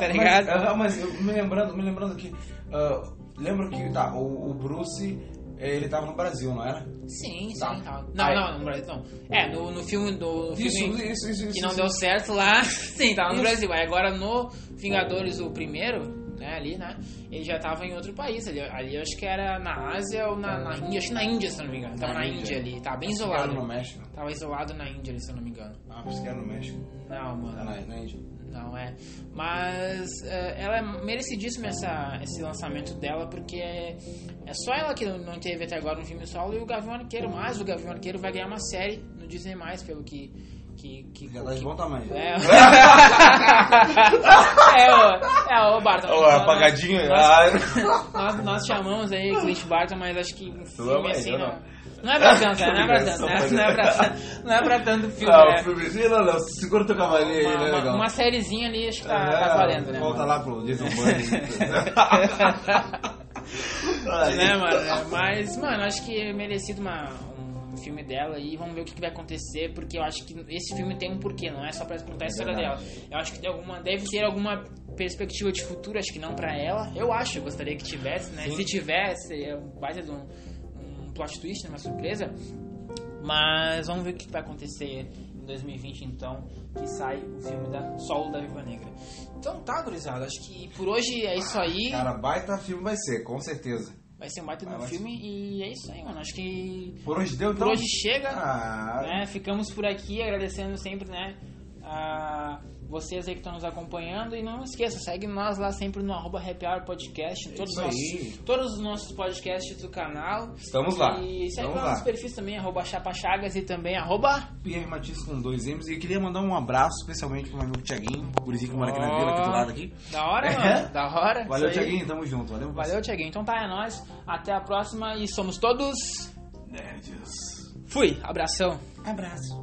[SPEAKER 1] tá ligado?
[SPEAKER 2] Mas, aham, mas eu- me lembrando, me lembrando que. ah, lembro que tá, o, o Bruce eh, ele tava no Brasil, não era?
[SPEAKER 1] Sim, sim.
[SPEAKER 2] Tá.
[SPEAKER 1] tá. Não,
[SPEAKER 2] Aí-
[SPEAKER 1] não, no Brasil não. É, no, no filme do. no filme
[SPEAKER 2] isso, isso,
[SPEAKER 1] que
[SPEAKER 2] isso,
[SPEAKER 1] não
[SPEAKER 2] isso.
[SPEAKER 1] deu certo lá. Sim, tava no
[SPEAKER 2] Isso.
[SPEAKER 1] Brasil. Aí agora no Vingadores, o primeiro, né, ali, né? Ele já tava em outro país. Ali, ali eu acho que era na Ásia ou na, na Índia. Acho que na Índia, se eu não me engano. Tava
[SPEAKER 2] Na
[SPEAKER 1] na,
[SPEAKER 2] Índia.
[SPEAKER 1] Índia. ali. Tava bem
[SPEAKER 2] Esse cara era no
[SPEAKER 1] isolado.
[SPEAKER 2] México.
[SPEAKER 1] Tava isolado na Índia ali, se eu não me engano.
[SPEAKER 2] Ah, por isso que era no México.
[SPEAKER 1] Não,
[SPEAKER 2] Ah,
[SPEAKER 1] mano.
[SPEAKER 2] na, na Índia.
[SPEAKER 1] Não é. Mas é, ela é merecidíssima essa, esse lançamento dela, porque é, é só ela que não- não teve até agora um filme solo e o Gavião Arqueiro. Mas o Gavião Arqueiro vai ganhar uma série no Disney, pelo que. que, que,
[SPEAKER 2] Já tá de
[SPEAKER 1] que-
[SPEAKER 2] bom tamanho.
[SPEAKER 1] é, é, o, é o Barton.
[SPEAKER 2] Ô,
[SPEAKER 1] Nós-
[SPEAKER 2] apagadinho, Ah,
[SPEAKER 1] Nós, nós, nós chamamos aí Clint Barton, mas acho que um filme
[SPEAKER 2] mãe,
[SPEAKER 1] assim
[SPEAKER 2] eu
[SPEAKER 1] não.
[SPEAKER 2] não.
[SPEAKER 1] Não é pra tanto, né? não é pra tanto, né? não é pra tanto, não é pra tanto filme.
[SPEAKER 2] Ah,
[SPEAKER 1] né?
[SPEAKER 2] filmezinho, não, não. Segura teu cavalinho
[SPEAKER 1] Uma, uma, uma sériezinha ali, acho que tá, tá valendo, né?
[SPEAKER 2] é Volta
[SPEAKER 1] mano?
[SPEAKER 2] lá pro Jason Bourne. Aí.
[SPEAKER 1] né, mano? Mas, mano, acho que é merecido uma, um filme dela e vamos ver o que, que vai acontecer, porque eu acho que esse filme tem um porquê, não é só pra contar a história dela.
[SPEAKER 2] verdade.
[SPEAKER 1] Eu acho que tem alguma, deve ter alguma perspectiva de futuro, acho que não pra ela. Eu acho, eu gostaria que tivesse, né?
[SPEAKER 2] Sim.
[SPEAKER 1] Se tivesse, seria um baita de um, um plot twist, né? uma surpresa. Mas vamos ver o que que vai acontecer em 2020, então, que sai o filme da Solo da Viva Negra. Então tá, gurizada, acho que por hoje é isso aí.
[SPEAKER 2] Cara, baita filme vai ser, com certeza.
[SPEAKER 1] Vai ser um baita
[SPEAKER 2] Vai,
[SPEAKER 1] do
[SPEAKER 2] Ah, vai
[SPEAKER 1] filme e é isso aí, mano. Acho que
[SPEAKER 2] Por hoje deu,
[SPEAKER 1] por
[SPEAKER 2] então?
[SPEAKER 1] hoje chega,
[SPEAKER 2] Ah,
[SPEAKER 1] né? Ficamos por aqui agradecendo sempre, né? a vocês aí que estão nos acompanhando. E não esqueça, segue nós lá sempre no arroba Happy Hour Podcast, em todos,
[SPEAKER 2] É isso
[SPEAKER 1] os
[SPEAKER 2] aí.
[SPEAKER 1] nossos, todos os nossos podcasts do canal.
[SPEAKER 2] Estamos lá.
[SPEAKER 1] E segue
[SPEAKER 2] Estamos
[SPEAKER 1] lá
[SPEAKER 2] lá.
[SPEAKER 1] nos perfis também, arroba Chapa Chagas e também arroba...
[SPEAKER 2] Pierre Matias com dois M's. E queria mandar um abraço especialmente pro meu amigo Tiaguinho, gurizinho que mora aqui na vila, aqui do lado aqui.
[SPEAKER 1] Da hora,
[SPEAKER 2] É?
[SPEAKER 1] mano. Da hora.
[SPEAKER 2] Valeu,
[SPEAKER 1] Isso aí.
[SPEAKER 2] Tiaguinho. Tamo junto. Valeu.
[SPEAKER 1] Valeu, Tiaguinho. Então tá, é nóis. Até a próxima e somos todos...
[SPEAKER 2] Nerds.
[SPEAKER 1] Fui. Abração.
[SPEAKER 2] Abraço.